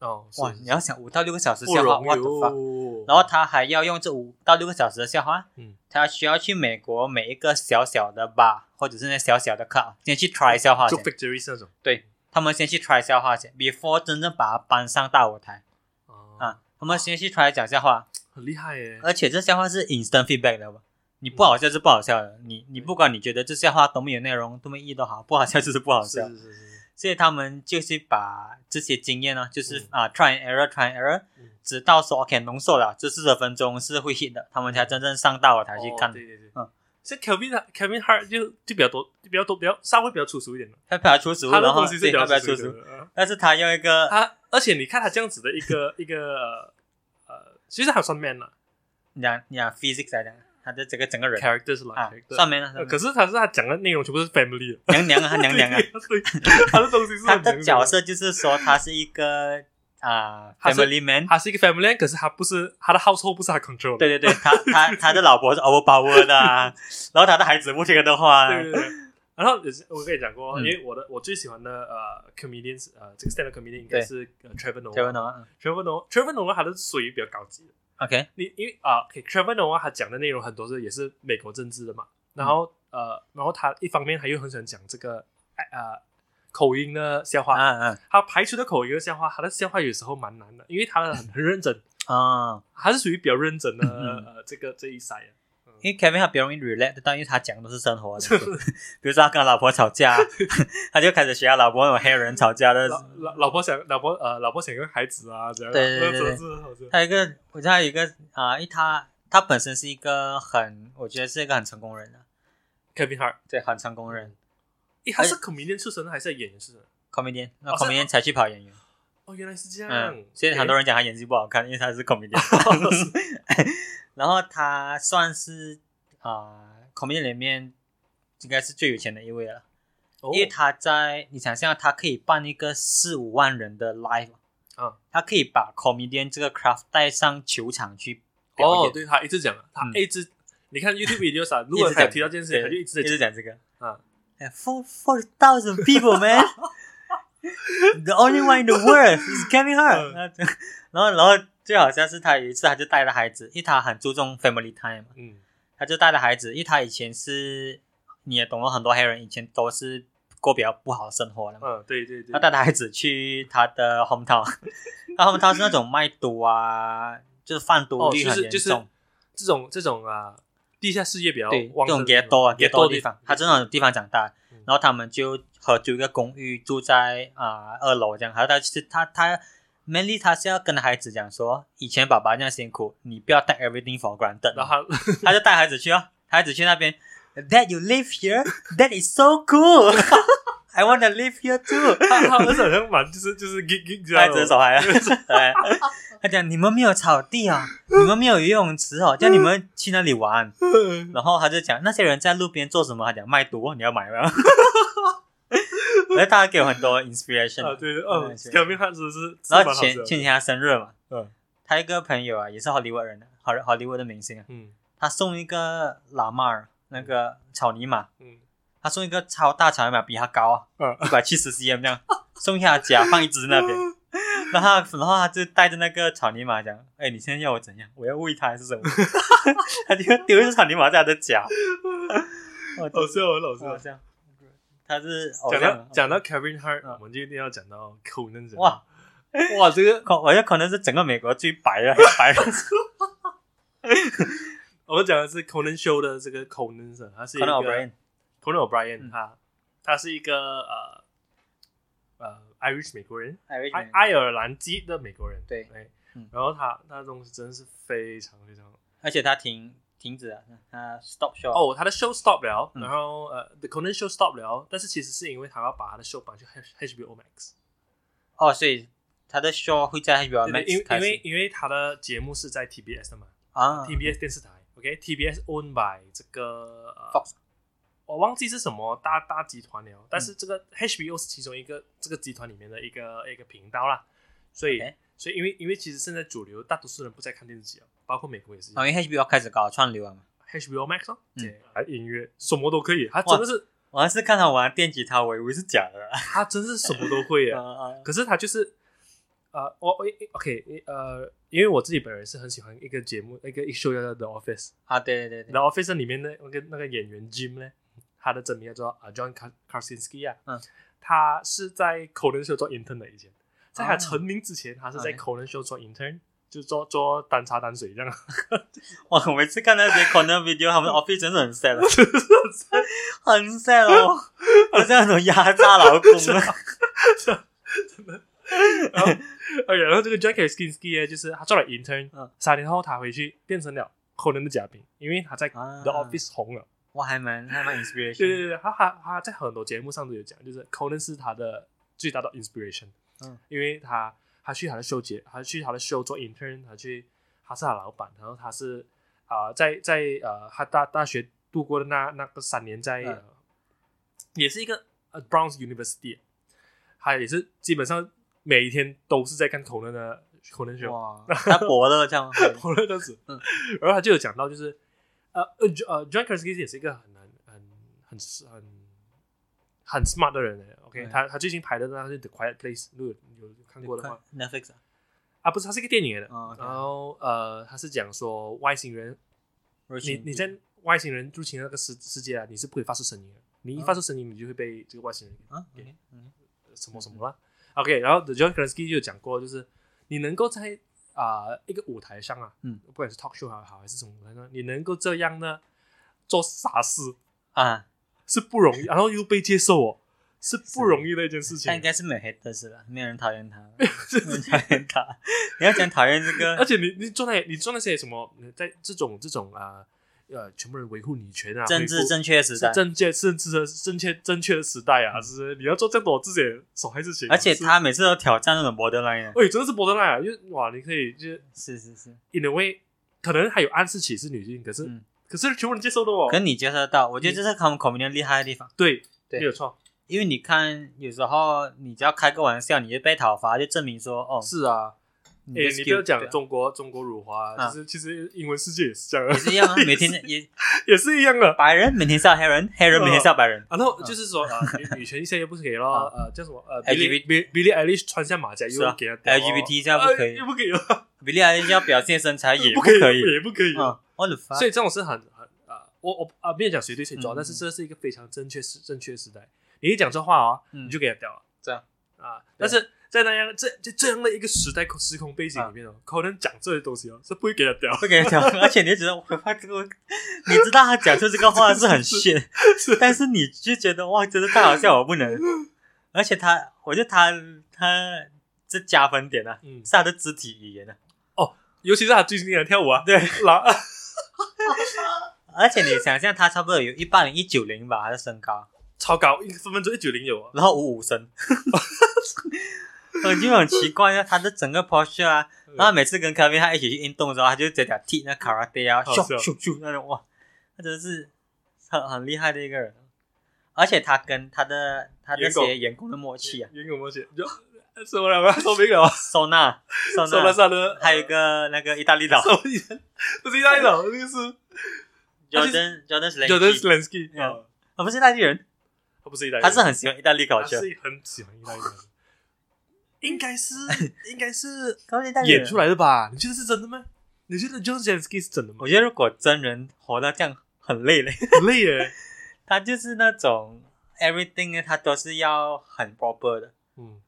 哦，是哇，是你要想五到六个小时不笑话，容易我的妈！哦，然后他还要用这五到六个小时的笑话，嗯，他需要去美国每一个小小的 bar 或者是那小小的 club 先去 try 笑话就先， Factory 是那种对他们先去 try 笑话先，before 真正把它搬上大舞台啊，啊，他们先去 try 讲笑话，很厉害耶，而且这笑话是 instant feedback 的吧？你不好笑是不好笑的，你你不管你觉得这笑话多么有内容，多么意义都好，不好笑就是不好是笑。是是是，所以他们就是把这些经验呢，就是、嗯啊 try and error try and error，、嗯直到说 OK 浓缩了这四十分钟是会 hit 的，他们才真正上大舞台去嗯哦看。对对对，嗯像 Kevin Kevin Hart 就就比较多，就比较多，比较稍微比较粗俗一点的，他表达出俗，他的然后东西自是比己较他表达粗出俗俗，的。嗯但是他用一个，他而且你看他这样子的一个一个呃呃，其实还算 man 了你讲你讲 physics 来讲，他的整个整个人，character 是啦啊， ，character 算没了，呃算没可了是他是他讲的内容全部是 family 的，，娘娘啊，他娘娘啊 对，他的东西是他很的娘娘角，色就是说他是一个啊 他是 family man，他是一个 family，man，可是他不是他的 household 不是他 control 的， 对对对，他他他的老婆是 overpower 的啊，然后他的孩子不听他的话啊，对对对，然后也是我跟你讲过，因嗯为我的我最喜欢的呃 comedian 是呃这个 stand up comedian 应该是呃 Trevor 台 Noah。湾的话 Trevor Noah Trevor Noah 他是属于比较高级的。嗯，OK，你因为啊、o Trevor Noah 他讲的内容很多是也是美国政治的嘛，然嗯后、呃，然后他一方面他又很喜欢讲这个呃口音的笑话，啊啊他排除的口音的笑话，他的笑话有时候蛮难的，因为他很 很认真，啊，他是属于比较认真的嗯呃这个这一赛人。因为 Kevin 他比较容易 relate 得到，因为他讲的都是生活的东西， 比如说他跟他老婆吵架， 他就开始学他老婆那种黑人吵 架的。啊老老老婆想老婆呃老婆想要孩子啊，这样对对对这这对这这他有一个，我知道有一个啊，因为他他本身是一个很，我觉得是一个很成功人啊的， Kevin Hart，对，很成功人诶，哎他是 comedian 出身的还是演员出身的？ ，comedian，那哦是 comedian 才去跑演员。哦，原来是这样嗯，。所以很多人人讲他演技不好看，因为他是 是 comedian。然后他算是啊、c o m e d i a n 里面应该是最有钱的一位了，哦因为他在你想象他可以办一个四五万人的 live，啊，他可以把 comedian 这个 craft 带上球场去表演。哦，对他一直讲，他嗯一直你看 YouTube video 啥，如一果直他有讲提到这件事对情，他就一直一直在讲讲这个。啊。哎 Four four thousand people, man. The only one in the world is Kevin 嗯 Hart. 然后，然后最好像是他有一次，他就带着孩子，因为他很注重 family time，嘛嗯他就带着孩子，因为他以前是你也懂了，很多黑人以前都是过比较不好的生活的嘛。嗯，对对对他，带着孩子去他的 hometown，他 hometown 是那种卖毒啊，就是贩毒哦，率就很是严就是重。这种这种啊，地下事业比较对，旺这盛种的 ghetto 啊 ghetto ghetto 的地方，他在那种地方长大嗯，然后他们就合租一个公寓，住在啊、二楼这样。还有他是他他 mainly 他是要跟孩子讲说，以前爸爸这样辛苦，你不要 take everything for granted。然后他他就带孩子去哦，孩子去那边，Dad you live here, that is so cool, I wanna live here too。他他儿子好像蛮就是就是 gig gig 这带样着手牌， 哎，他讲你们没有草地哦，你们没有游泳池嗯哦，叫你们去那里玩。哦然后他就讲那些人在路边做什么？他讲卖毒，你要 买吗？然后他还给我很多 inspiration 啊，对，哦嗯是，Kevin Hart 真的是是蛮然后好前笑的前几天他生日嘛，嗯他一个朋友啊，也是好莱坞人，好好莱坞的明星啊，嗯他送一个喇嘛儿那个草泥马，嗯他送一个超大草泥马，比他高啊，嗯一百七十 cm 这样，送去他家放一只那边， 然后他然后他就带着那个草泥马讲，哎，你现在要我怎样？我要喂它还是什么？ 他就丢一只草泥马在他 的脚，我好笑，很好哦，笑。这样，他是哦讲到讲到 Kevin 嗯 Hart，我们就一定要讲到 Conan 人。哇，哇，这个 可我觉得可能是整个美国最白的黑 白人，我们讲的是 Conan Show 的这个 Conan 是吧，他是一可个能 O'Brien， Conan O'Brien，嗯他他是一个呃呃 Irish 美国人，爱哎，爱尔兰籍的美国人，对哎嗯然后他他的东西真的是非常非常而且他停停止了，他 stop show，哦，他的 show stop 了，嗯然后呃 The Conan Show stop 了，但是其实是因为他要把他的 show 搬去 H- HBO Max，哦，所以他的 show 会在 U 对 M 对因 X 为哦开因为始因为他的节目是在 TBS 的嘛啊， ，TBS 电视台，OK，TBS owned by 这个呃 Fox 我忘记是什么大大集团了，但嗯是这个 HBO 是其中一个这个集团里面的一个一个频道啦，所以 OK 所以因为因为其实现在主流大多数人不再看电视剧了，包括美国也是一样。哦因为 HBO 开始搞串流了嘛， HBO Max 哦，嗯对，还音乐什么都可以，他真的是我还是看他玩电吉他，我以为是假的，他真是什么都会耶。 啊可是他就是，呃，我我 OK 呃，因为我自己本人是很喜欢一个节目，一个一个 show 叫做 The Office，啊，对对 The 对对， Office 里面的那个那个演员 Jim 呢，他的真名叫做啊 John Kar- Krasinski 啊，嗯，他是在 Conan Show 做 intern 的，以前在他哦成名之前，他是在嗯 Conan Show 做 intern，就做做单茶单水这样。 哇，我每次看那些 corner video，他们 office 真的很 sad，很啊 sad 哦，好像那种压榨劳 工啊，然后，哎呀，然后这个 Jack Skinsky 呢，就是他做了 intern，、嗯三年后他回去变成了 Conan 的嘉宾，因为他在 The 啊 Office 红了。哇，还蛮还蛮 inspiration，对对对，他他他在很多节目上都有讲，就是 Conan 是他的最大的 inspiration，嗯，因为他他去他的 show 节，他去他的 show 做 intern，他去他是他老板，然后他是啊、呃在在呃他大大学度过的那那个三年在、嗯呃也是一个呃 Browns University，他也是基本上每一天都是在看 Conan 的 Conan show，哇，他伯乐这样，我那当时嗯，然后他就有讲到，就是呃呃，Jo- 呃，John Krasinski 也是一个很很很很很很 smart 的人呢。OK，对他他最近拍的那是《The Quiet Place》，如果有有看过的话， Netflix 啊啊，不是，它是一个电影来的。哦，OK 然后呃，他是讲说外星人，入你侵你在外星人入侵那个世世界啊，你是不可以发出声音的，你一发出声音，你就会被这个外星人啊，OK，嗯什么什么啦。OK，然后 The John Krasinski 就有讲过，就是你能够在啊、一个舞台上啊，嗯，不管是 talk show 还好还是什么舞台上，你能够这样呢做傻事啊，是不容易，然后又被接受哦，是不容易的一件事他应情。该是没有 hater 是吧？没有人讨厌他， 没有人讨厌他。你要讲讨厌这而个，且你你做那你做那些什么，在这种这种啊呃全部人维护女权啊，政恢治复正确时代是，嗯正确政治的正确正确的时代啊，是不是你要做这种自己的手害事情啊，而且是他每次都挑战那种 borderline，的哎真的是 borderline 啊，因为哇，你可以就是是是是， in a way 可能还有暗示歧视女性，可是、嗯可是全部人接受的哦可，你接受得到，我觉得这是他们 comedian 厉害的地方。对，对没有错，因为你看，有时候你只要开个玩笑，你就被讨伐，就证明说，哦，是啊，你哎、被你不要 skill- 对讲啊中国中国辱华，啊就是其实英文世界也是这样啊 也，是一样啊，每天也也是一样的。白人每天笑 黑人，黑人每天笑白人，然后就是说， 呃，女女权现在又不是给啊了，呃，叫什么，呃 LGBT ，Billy Billy Eilish 穿下马甲是啊又给他屌哦 LGBT 这样不可 哎以又，不可以哎了，比利亚要表现身材也不可可以，也 不可以了。嗯，我的发所，以这种是很很呃，我我啊，没有讲谁对谁错，嗯但是这是一个非常正确时正确时代，你一讲这话哦，嗯你就给他掉了，这样啊。但是在那样这这这样的一个时代时空背景里面哦，啊可能讲这些东西哦，是不会给他掉，不给你讲，而且你就觉得我怕这个，你知道他讲出这个话是很炫，是但是你就觉得哇，真的太好笑，我不能。而且他，我觉得他他这加分点啊，嗯是他的肢体语言啊。尤其是他最近的跳舞啊，对，老 而且你想象他差不多有一八零一九零吧，他的身高，超高，一分分钟一九零有啊，然后五五身，哦我就很奇怪啊，他的整个 posture 啊，嗯然后每次跟 Kevin 他一起去运动的时候，他就直接踢那 karate 啊，好咻笑咻咻那种哇，他真的是很很厉害的一个人，而且他跟他的他那员工些员工的默契啊，员工模型就什么 了，说没了啊，收纳收说了纳，算了，还有一个那个意大利 佬什么意思？不是意大利 佬，那个是他是 Jordan Jordan s l a j o r d a n n s l a n s k y 嗯啊不是意大利人，哦他不是意大利他人，是很喜欢意大利搞他笑，是很喜欢意 大利人，应该是应该是他是意大利人演出来的吧？你觉得是真的吗？你觉得 John Jansky 是真的吗我？觉得如果真人活到这样很累嘞， 很累耶，他就是那种 everything 呢，他都是要很 proper 的，嗯，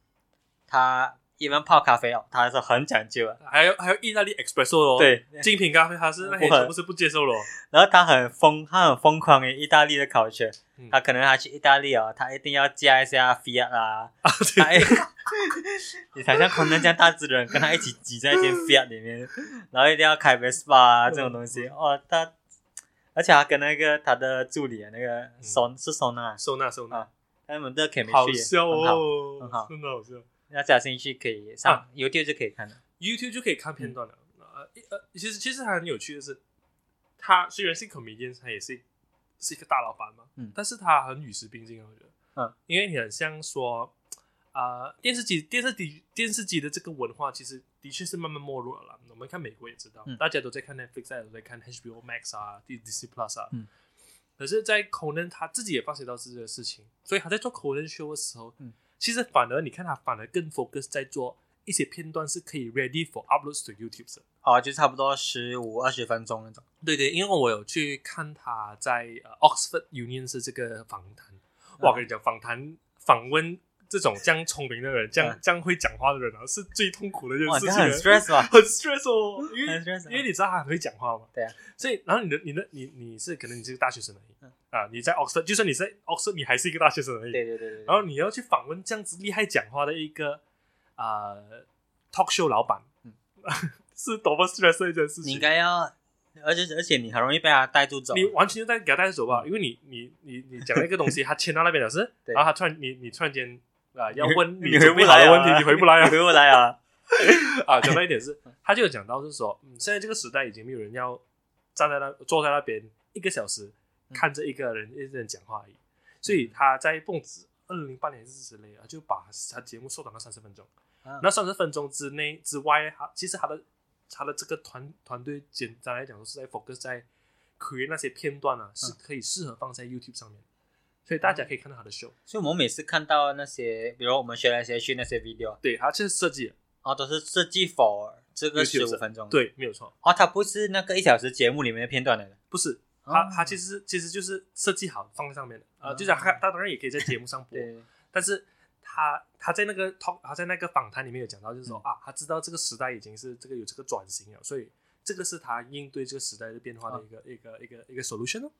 他 even 泡咖啡哦，他是很讲究的，还有还有意大利 espresso 哦，，对，精品咖啡它是那些不很全部是不接 受了哦，然后他很疯，他很疯狂于意大利的 culture，、嗯他可能他去意大利哦，他一定要加一下 Fiat 啦、啊，啊他对，一 你想象可能这样大只的人跟他一起挤在一间 Fiat 里面，然后一定要开嗯 Vespa 啊这种东西，哦，他，而且他跟那个他的助理啊，那个 Son、是 Son 啊，收纳收纳啊，他们的 chemistry 嗯好也笑很好，哦，很好真的好笑。大家有兴趣可以上、啊 YouTube 就可以看的， YouTube 就可以看片嗯段了。呃，一呃，其实其实还很有趣的是，他虽然是 comedian，他也是是一个大老板嘛，嗯但是他很与时并进啊，我觉得，嗯，因为你很像说，啊、电视机电视机电视机的这个文化其实的确是慢慢没落了啦。我们看美国也知道，嗯大家都在看 Netflix，大家都在看 HBO Max 啊，D- Disney Plus 啊，嗯可是，在 Conan 他自己也发觉到这件事情，所以他在做 Conan Show 的时候，嗯其实反而你看他反而更 focus 在做一些片段是可以 ready for uploads to YouTube 的。哦，就差不多十五二十分钟那种，对对，因为我有去看他在、呃 Oxford Union 是这个访谈，哇，啊我跟你讲，访谈访问这种这样聪明的人，这样、啊这样会讲话的人啊，是最痛苦的一哇，件这事样情很了，stress 吧？很 stress 哦，因为很 stress 啊因为你知道他很会讲话嘛，对啊，所以然后你的你的你你是可能你是个大学生而已、嗯啊，你在 Oxford，就算你在 Oxford，你还是一个大学生而已，对对对对，然后你要去访问这样子厉害讲话的一个啊、呃 talk show 老板，嗯是多么 stress 的一件事情。你应该要，而且而且你很容易被他带住走。你完全就在给他带走吧，因为你你你你讲了一个东西，他签到那边了是， 对然后他突然你你突然间啊、要问你回准不备好来的啊问题，你回不来啊你回不来啊！ 啊！讲到一点是，他就有讲到就是说，嗯，现在这个时代已经没有人要站在那坐在那边一个小时嗯看着一个人一个人讲话而已，所以他在蹦子二零零八年是之类啊，就把他节目缩短到三十分钟。啊那三十分钟之内之外，他其实他的他的这个团团队，简嗯单来讲，都是在 focus 在 create 那些片段啊，是可以适合放在 YouTube 上面。所以大家可以看到他的 show。所以我们每次看到那些，比如我们学来学去那些 video，对，他是设计的，哦，都是设计 for 这个十 YouTube 五分钟。，对，没有错，哦，它不是那个一小时节目里面的片段来的。不是哦他，他其实其实就是设计好放在上面的，呃，哦就是他他当然也可以在节目上播， 对，但是他他在那个 talk，他在那个访谈里面有讲到，就是说、嗯啊，他知道这个时代已经是这个有这个转型了，所以这个是他应对这个时代的变化的一啊个、一个一个一个 solution 哦。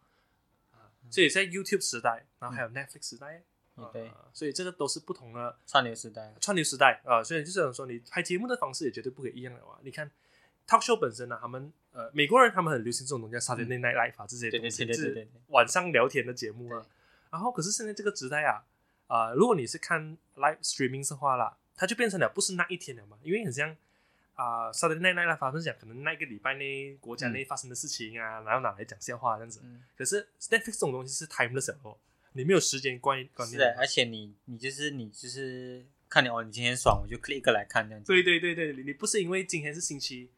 啊，所以在 YouTube 时代，然后还有 Netflix 时代，嗯啊对所以这个都是不同的串流时代。串流时代啊、所以就是想说，你拍节目的方式也绝对不可以一样了啊。你看 talk show 本身呢、他们呃美国人他们很流行这种东西叫 Saturday Night Live 啊，这些嗯对东对西对就对对是对对。晚上聊天的节目啊对。然后可是现在这个时代啊，啊、如果你是看 live streaming 的话啦，它就变成了不是那一天了嘛，因为很像。啊、s a t u r d a y Night Live 他们讲可能那一个礼拜内国家内发生的事情啊，然后拿来讲笑话这样子。嗯，可是 Netflix 这种东西是 timeless 的哦，你没有时间观观是念的的，而且你你就是你就是看你哦，你今天爽，我就 click 一个来看这样子。对对对对，你你不是因为今天是星期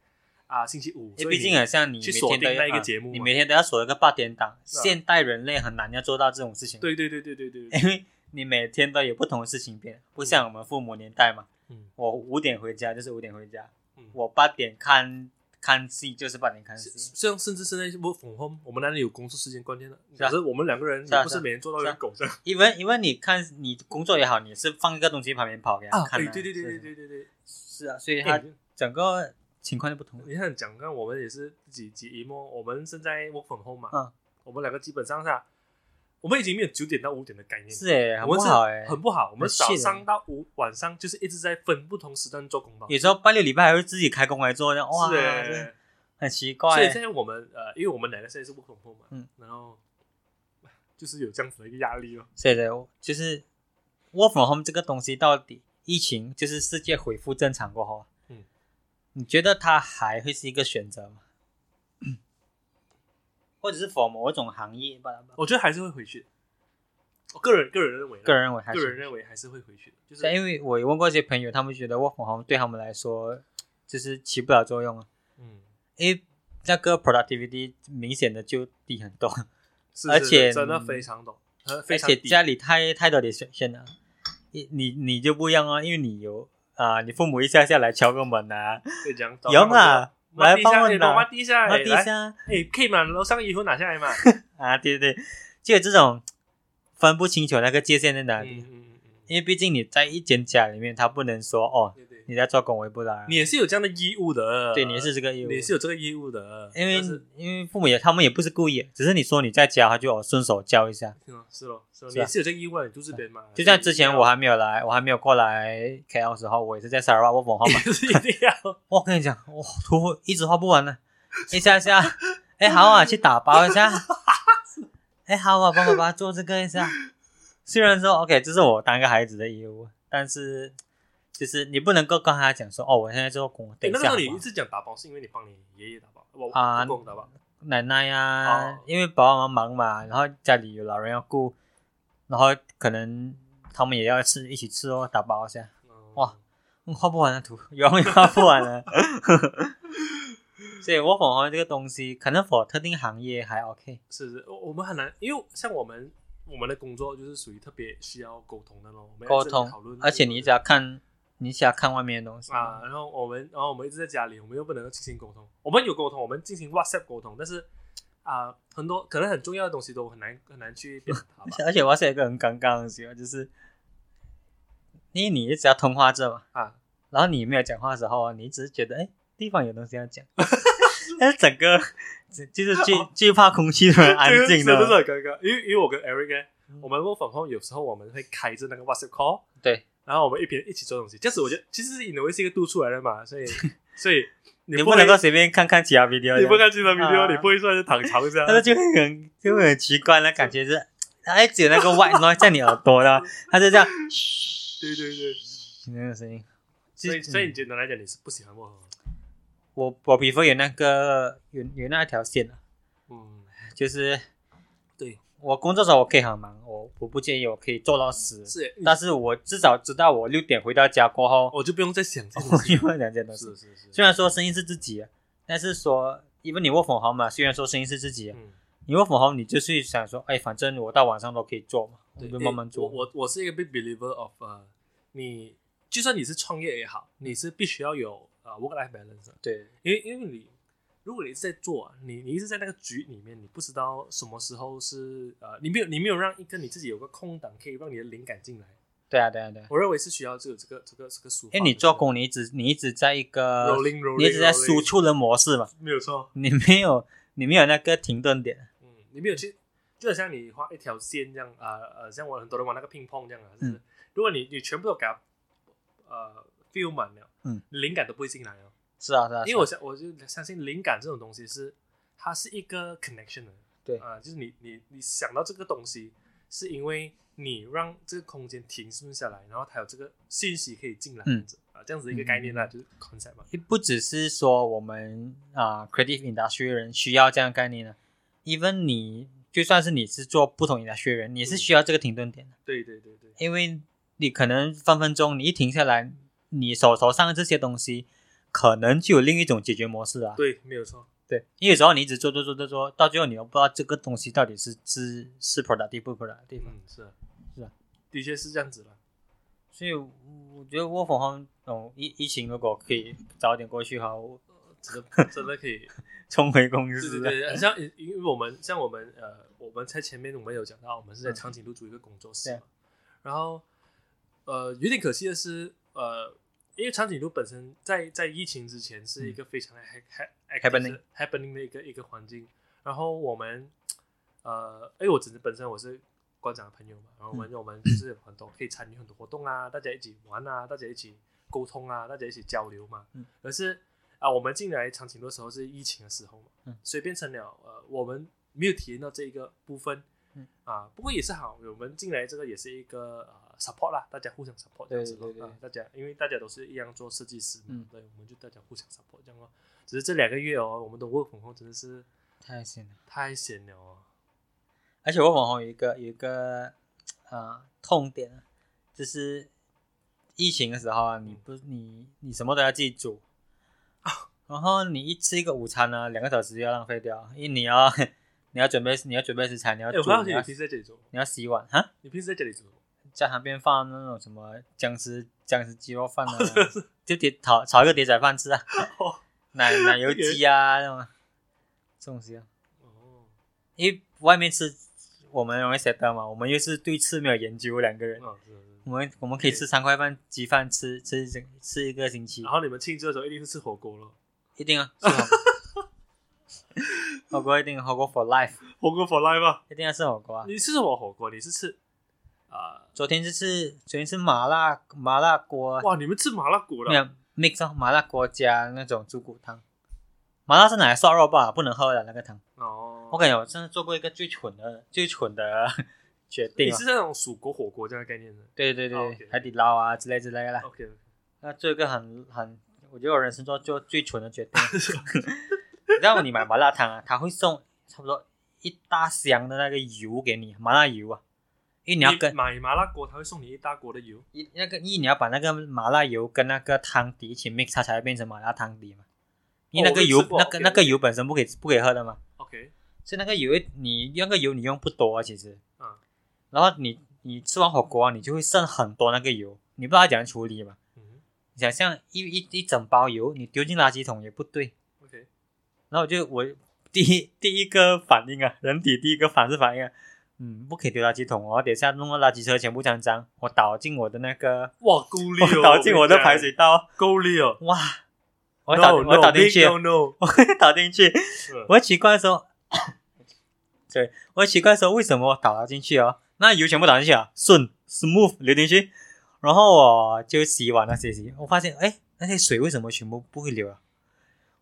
啊星期五，因所以为你毕竟好像你去每锁天都定那要一个啊节目你嘛啊每天都要锁一个八点档。现代人类很难要做到这种事情，对对对对对对，对因为你每天都有不同的事情变，不像我们父母年代嘛。嗯，我五点回家就是五点回家，嗯我八点看看戏就是八点看是戏。像甚至现在 work from home，我们那里有工作时间观念的，是可啊是我们两个人是啊也不是每天做到是啊一狗这样因为因为你看你工作也好，你是放一个东西旁边跑给他看、哎啊。对对对对是对对对，是啊，所以哎他整个情况就不同。你看讲，看我们也是几几一摸，我们现在 work from home 嘛，嗯我们两个基本上是啊，我们已经没有九点到五点的概念，是哎，很我不们是好哎，很不好，我们很气人早上到五晚上就是一直在分不同时段做工吧，有时候拜六礼拜还会自己开工来做，这样哇，是哎真的很奇怪。所以现在我们呃，因为我们两个现在是 work from home 嘛，嗯然后就是有这样子的一个压力哦。所以呢，就是 work from home 这个东西到底疫情就是世界恢复正常过后，啊嗯，你觉得它还会是一个选择 吗？或者是否某一种行业吧？我觉得还是会回去的，我个人个人认为啦，个人认为还个人是，认为还是会回去的，就是但因为我也问过一些朋友，他们觉得 work from home 对他们来说就是起不了作用啊，嗯，因为那个 productivity 明显的就低很多，是而是且是真的非常懂，呃非而常且低家里太太多的选选了，你你你就不一样哦，因为你有啊、你父母一下下来敲个门啊，会讲有嘛，妈来地帮下，我哎拿妈地下，那哎地来下哎，可以把楼上衣服拿下来嘛？啊，对对对，就有这种分不清楚那个界限在哪嗯里，嗯嗯嗯嗯，因为毕竟你在一间家里面，他不能说哦，对对，你在做工，我也不来啊，你也是有这样的义务的，对，你是这个义务，你是有这个义务的，因为但是因为父母也他们也不是故意，只是你说你在家，他就哦顺手教一下，嗯是咯是咯，是你啊也是有这个义务啊，你住这边嘛，就像之前我还还没有来，我还没有过来 KL 的时候，我也是在 Sarawak 我网号是一定要。我跟你讲，我图一直画不完呢，一下下，哎、好啊，去打包 一下，哎、好啊，帮爸爸做这个一下。虽然说 OK，这是我当一个孩子的义务，但是就是你不能够跟他讲说，哦，我现在做工，欸等一那个时下候好你一不好直讲打包，是因为你帮你爷爷打包，我啊公公打包。奶奶呀、哦因为爸爸妈妈忙嘛，然后家里有老人要顾，然后可能他们也要吃，一起吃哦，打包一下，嗯哇，嗯画不完的图，永远画不完的。 所以 work from home 这个东西，可能 for 特定行业还 OK。是是，我我们很难，因为像我们我们的工作就是属于特别需要沟通的咯，我们要沟一直通讨论，而且你只要看，你只要看外面的东西啊，，然后我们然后我们一直在家里，我们又不能够进行沟通，我们有沟通，我们进行 WhatsApp 沟通，但是啊、很多可能很重要的东西都很难很难去表达吧而且我要说一个很尴尬的东西哦，就是因为你只要通话着嘛，啊，然后你没有讲话的时候啊，你只是觉得哎地方有东西要讲， 但是整个就是最最怕空气突 然安静啊这个真的的，哦很尴尬，因为因为我跟 Eric 呢嗯我们 work from home 有时候我们会开着那个 WhatsApp call。对，然后我们一边一起做东西，这样子我觉得其实引为是一个督出来的嘛，所 以所以你你不会能够随便看看其他 video，你这不样看其他 video，、啊你不会说是躺床 上，但是就会很就会很奇怪的感觉是，哎，只有那个 white noise 在你耳朵 的，它就这样，对对对，那个声音。所以就所以你简单来讲，你是不喜欢我，我我皮肤有那个有有那条线啊，嗯，就是对，我工作的时候我可以很忙，我我不介意，我可以做到死，是，但是我至少知道我六点回到家过后，我就不用再想这我种就事，会两件东 西是。是是，啊虽然说生意是自己的，但是说因为你 work from home 嘛，虽然说生意是自己的，嗯，你 work from home，你就是想说，哎，反正我到晚上都可以做嘛，我对，就诶慢慢做。我我我是一个 big believer of 呃，你就算你是创业也好，你是必须要有呃 work life balance，的对因为因为你如果你是在做啊，你你一直在那个局里面，你不知道什么时候是呃，你没有你没有让一个你自己有个空档，可以让你的灵感进来。对啊，对啊，对啊。我认为是需要这个这个这个这个抒发的。因哎为你做工，你一直你一直在一个 rolling rolling，你一直在 rolling，输出的模式嘛，没有错。你没有你没有那个停顿点。嗯，你没有去，就好像你画一条线这样，呃呃，像我很多人玩那个乒乓这样啊，就是、嗯如果你你全部都给它呃 feel 满了，嗯，灵灵感都不会进来哦。是啊，是啊，因为是啊我相我就相信灵感这种东西是它是一个 connection 的，对啊、就是你你你想到这个东西，是因为你让这个空间停顿下来，然后它有这个信息可以进来，嗯这样子啊，这样子一个概念啦，就是 concept 嘛。不只是说我们啊、creative industry 的人需要这样的概念呢，even 你就算是你是做不同 industry 的人，你也嗯是需要这个停顿点的，对对对对，因为你可能分分钟你一停下来，你手头上的这些东西可能就有另一种解决模式啊。对，没有错。对，因为有时候你一直做做做做做，到最后你又不知道这个东西到底是是是 productive 不 productive 嘛。嗯，是啊，是啊，的确是这样子了。所以我觉得窝房红哦，疫疫情如果可以早点过去哈，我 真的呃真的可以，冲回公对司。对对，很像因为我们像我们呃，我们在前面我们有讲到，我们是在嗯长颈鹿组一个工作对室啊嘛，然后呃，有点可惜的是，呃，因为长颈鹿本身在在疫情之前是一个非常 ha ha 嗯 Happening happening 的一个一个环境，然后我们呃，因为我只是本身我是馆长的朋友嘛，然后我嗯们、我们就是有很多可以参与很多活动啊，大家一起玩啊，大家一起沟通啊，大家一起交流嘛，嗯可是。啊，我们进来长颈鹿的时候是疫情的时候嘛，嗯所以变成了呃，我们没有体验到这一个部分，嗯啊，不过也是好，我们进来这个也是一个呃 support 啦，大家互相 support 这样子咯，对对对啊，大家因为大家都是一样做设计师嘛，嗯对，我们就大家互相 support 这样咯。只是这两个月哦，我们的 work from home 真的是太闲了。太闲了哦，而且我网红有一个有一个呃痛点啊，就是疫情的时候啊，你嗯不你你什么都要自己煮，哦 然后你一吃一个午餐呢，两个小时就要浪费掉，因为你要 你要准备你要准备食材，你要哎、煮，我发你现你要平时在这里做什么，你要洗碗哈，你平时在这里做什么？ 家常便饭那种什么僵尸僵尸鸡肉 饭啊，就碟炒炒一个碟仔饭吃啊，哦奶奶油鸡啊那种啊这种东西啊。哦，因为外面吃，我们容易 set 到嘛，我们又是对吃没有研究，两个人，哦是是我们我们可以吃三块半鸡饭，吃吃整吃一个星期然，后你们庆祝的时候一定是吃火锅咯，一定啊，是吧火锅一定火锅 for life， 火锅 for life 啊！一定要吃火锅啊。你吃什么火锅？你是吃啊、昨天是吃昨天是麻辣麻辣锅，哇，你们吃麻辣锅啊没了？有 mix 哦，麻辣锅加那种猪骨汤，麻辣是拿来涮肉吧，不能喝的那个汤。哦我感觉我真的做过一个最蠢的最蠢的 决定你啊是，那种蜀国火锅这样的概念的对对哦，OK 对，海底捞啊之类之类的啦。 ？OK，那做一个很很，我觉得我人生中做最蠢的 决定。你知道你买麻辣烫啊，他会送差不多一大箱的那个油给你，麻辣油啊，因为你要跟买麻辣锅，他会送你一大锅的油。一那个，因为你要把那个麻辣油跟那个汤底一起 mix，它才会变成麻辣汤底嘛。因为那个油，哦我有吃过那个 OK，那个油本身不可以不可以喝的嘛， OK，所以那个油你那个油你用不多啊，其实，嗯然后你你吃完火锅啊、你就会剩很多那个油，你不知道怎样处理嘛。嗯你想象一一一整包油，你丢进垃圾桶也不对， ，OK，然后我就我 第一第一个反应啊，人体第一个反是反应啊，嗯，不可以丢垃圾桶哦，等一下弄到垃圾车全部脏脏，我倒进我的那个，哇，够力哦！ 我倒进我的排水道，够力哦！哇，我倒我倒进去， ，no 嗯 no，我会 倒进去，我会奇怪说， 对，我会奇怪说为什么我倒了进去哦，那油全部倒进去啊，顺 smooth 流进去，然后我就洗碗那些洗，我发现哎，那些水为什么全部不会流啊？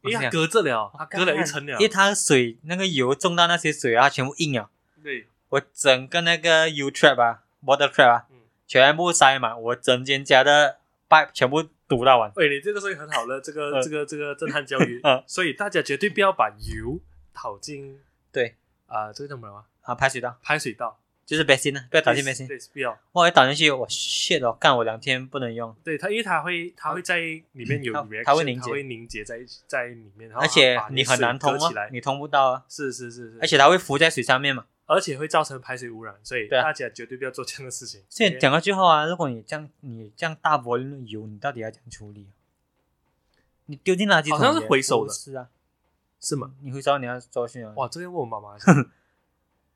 我因就为想隔着了，它隔了一干层了因。为它水那个油中到那些水啊，它全部硬了。对，我整个那个 U trap 啊，water trap 啊，嗯，全部塞满，我整间家的 pipe 全部堵到完。喂，你这个是很好的，这个嗯这个这 个震撼教育嗯。所以大家绝对不要把油倒进对啊，这个叫什么啊？啊，排水道排水道，就是 vaccine 啊，不要打进 vaccine。对，不要。哇，一打进去，我 shit 哦，干我两天不能用，对它，因为它会，它会在里面有它 reaction，嗯它会凝结会凝结在一起在里面，然后而且把那你个很水难通隔哦起来，。你通不到啊，是是是是，而且它会浮在水上面嘛。而且会造成排水污染，所以对啊大家绝对不要做这样的事情。所以 OK？讲到最后啊，如果你这样你这样大 volume 的油，你到底要怎样处理啊？你丢进垃圾桶好像是也回收不的是啊，是吗？你回收你要周去啊。哇，这个问我妈 妈一下。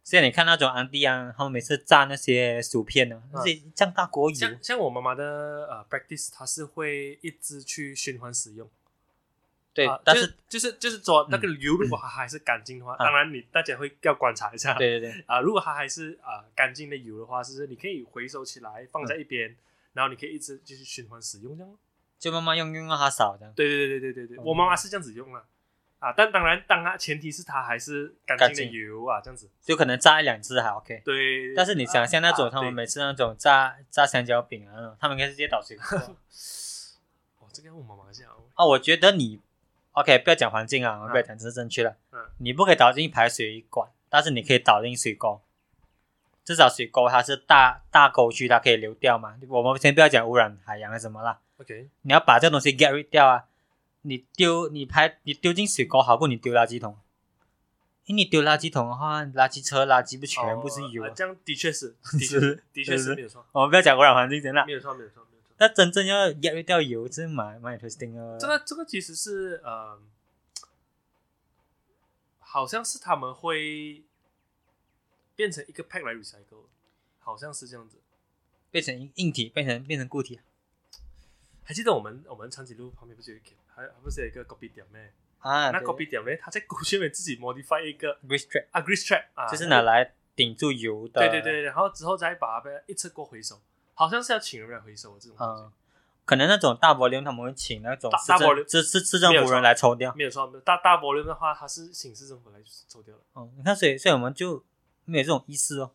所以你看那种安迪啊，他们每次炸那些薯片呢、啊，那些这样大锅油像，像我妈妈的呃 practice，她是会一直去循环使用。对，啊但、就是就是就是说那个油如果它还是干净的话，啊当然你大家会要观察一下。对对对，啊，如果它还是啊干净的油的话，就是你可以回收起来嗯放在一边，然后你可以一直继续循环使用这样咯。就慢慢用用到它少这样。对对对对对对对，嗯我妈妈是这样子用啊。啊，但当然，当然前提是它还是干干净的净油啊，这样子。就可能炸一两次还 OK。对，但是你想像那种、啊他们对每次那种炸炸香蕉饼啊那种，他们应该是直接倒水沟 哦，这个要问妈妈一下哦。啊。我觉得你 OK，不要讲环境啊，嗯不要讲这正确了。嗯你不可以倒进排水管，但是你可以倒进水沟。至少水沟它是大大沟渠，它可以流掉嘛。我们先不要讲污染海洋啊什么啦， OK，你要把这东西 get rid 掉啊！你丢你拍你丢进水沟，好过你丢垃圾桶。因为你丢垃圾桶的话，垃圾车垃圾不全部是油、哦啊啊这样的确 是，的确是是的确是是没有错，我们不要讲污染环境，真的啊。没有错，没有错，没有错。那真正要 get rid 掉油，这蛮蛮 interesting 的。这个这个其实是呃，好像是他们会变成一个 pack 来 recycle，好像是这样子。变成硬体，变成变成固体啊还记得我们我们长颈鹿旁边不是有一个还还不是有一个 copy 点咩？啊。那对 copy 点咩？他在 狗圈里面自己 modify 一个 grease trap a grease trap 啊，就是拿来顶住油的。对对对，然后之后再把它一次过回收，好像是要请人来回收的这种东西。嗯，可能那种大柏林他们会请那种大市大柏政林市市市政没有府人错来抽掉。没有错，没有大大柏林的话，它是刑事政府来抽掉了。哦，你看，所以所以我们就没有这种意识哦。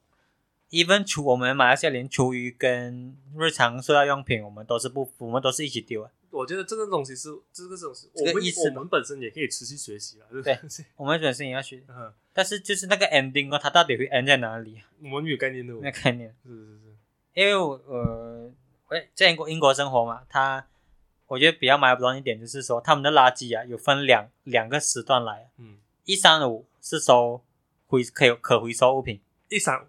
even 厨，我们马来西亚连厨余跟日常塑料用品，我们都是不，我们都是一起丢啊。我觉得这个东西是这个东西，这我个们意思吧我们本身也可以持续学习了，对不对？我们本身也要学，嗯，但是就是那个 ending 哦，它到底会 end 在哪里啊？我们没有概念的哦，那概念。是是是，因为我呃，我在英国英国生活嘛，他我觉得比较买不懂一点就是说，他们的垃圾啊有分两两个时段来，啊嗯，一三五是收回可以可回收物品，一三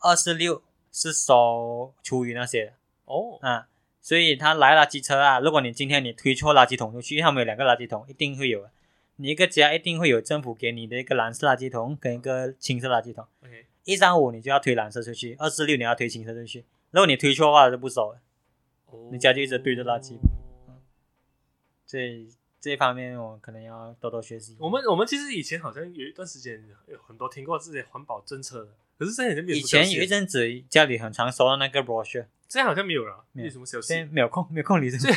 二四六是收厨余那些哦，的啊。所以他来垃圾车啊，如果你今天你推错垃圾桶出去，因为他们有两个垃圾桶，一定会有的。你一个家一定会有政府给你的一个蓝色垃圾桶跟一个青色垃圾桶， ，OK，一三五你就要推蓝色出去，二四六你要推青色出去。如果你推错的话就不收了。哦你家就一直堆着垃圾这这一方面我可能要多多学习。我们我们其实以前好像有一段时间有很多听过这些环保政策的，可是现在好像没有以什么消前息有一阵子家里很常收到那个 brochure，现在好像没有了，没没有有什么消息现在。没有空没有空理这个。现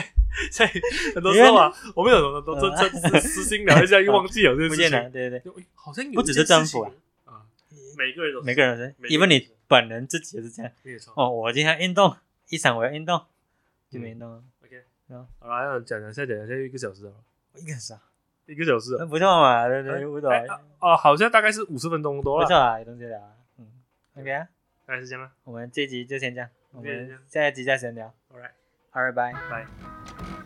在现在很多时候啊，我们有很多政策实行了一下，又忘记有这不个事见了，情。对对就诶好像有不只一件是政府事情啊，每个人都对，是每个人都是每，个人因都为你是本人自己也是这样。没有错。哦，我今天运动，一场我要运动，就没运动了， OK，嗯好了，要讲讲一下，讲一下又一个小时了，一个小时，啊一个小时了 那不错嘛，对对，不错，哎哦，好像大概是五十分钟多不了错，啊，有东西聊啊，嗯，OK 啊，大概是这样了。我们这集就先这样，我对们对下一集再闲聊， All right，好，拜拜。拜。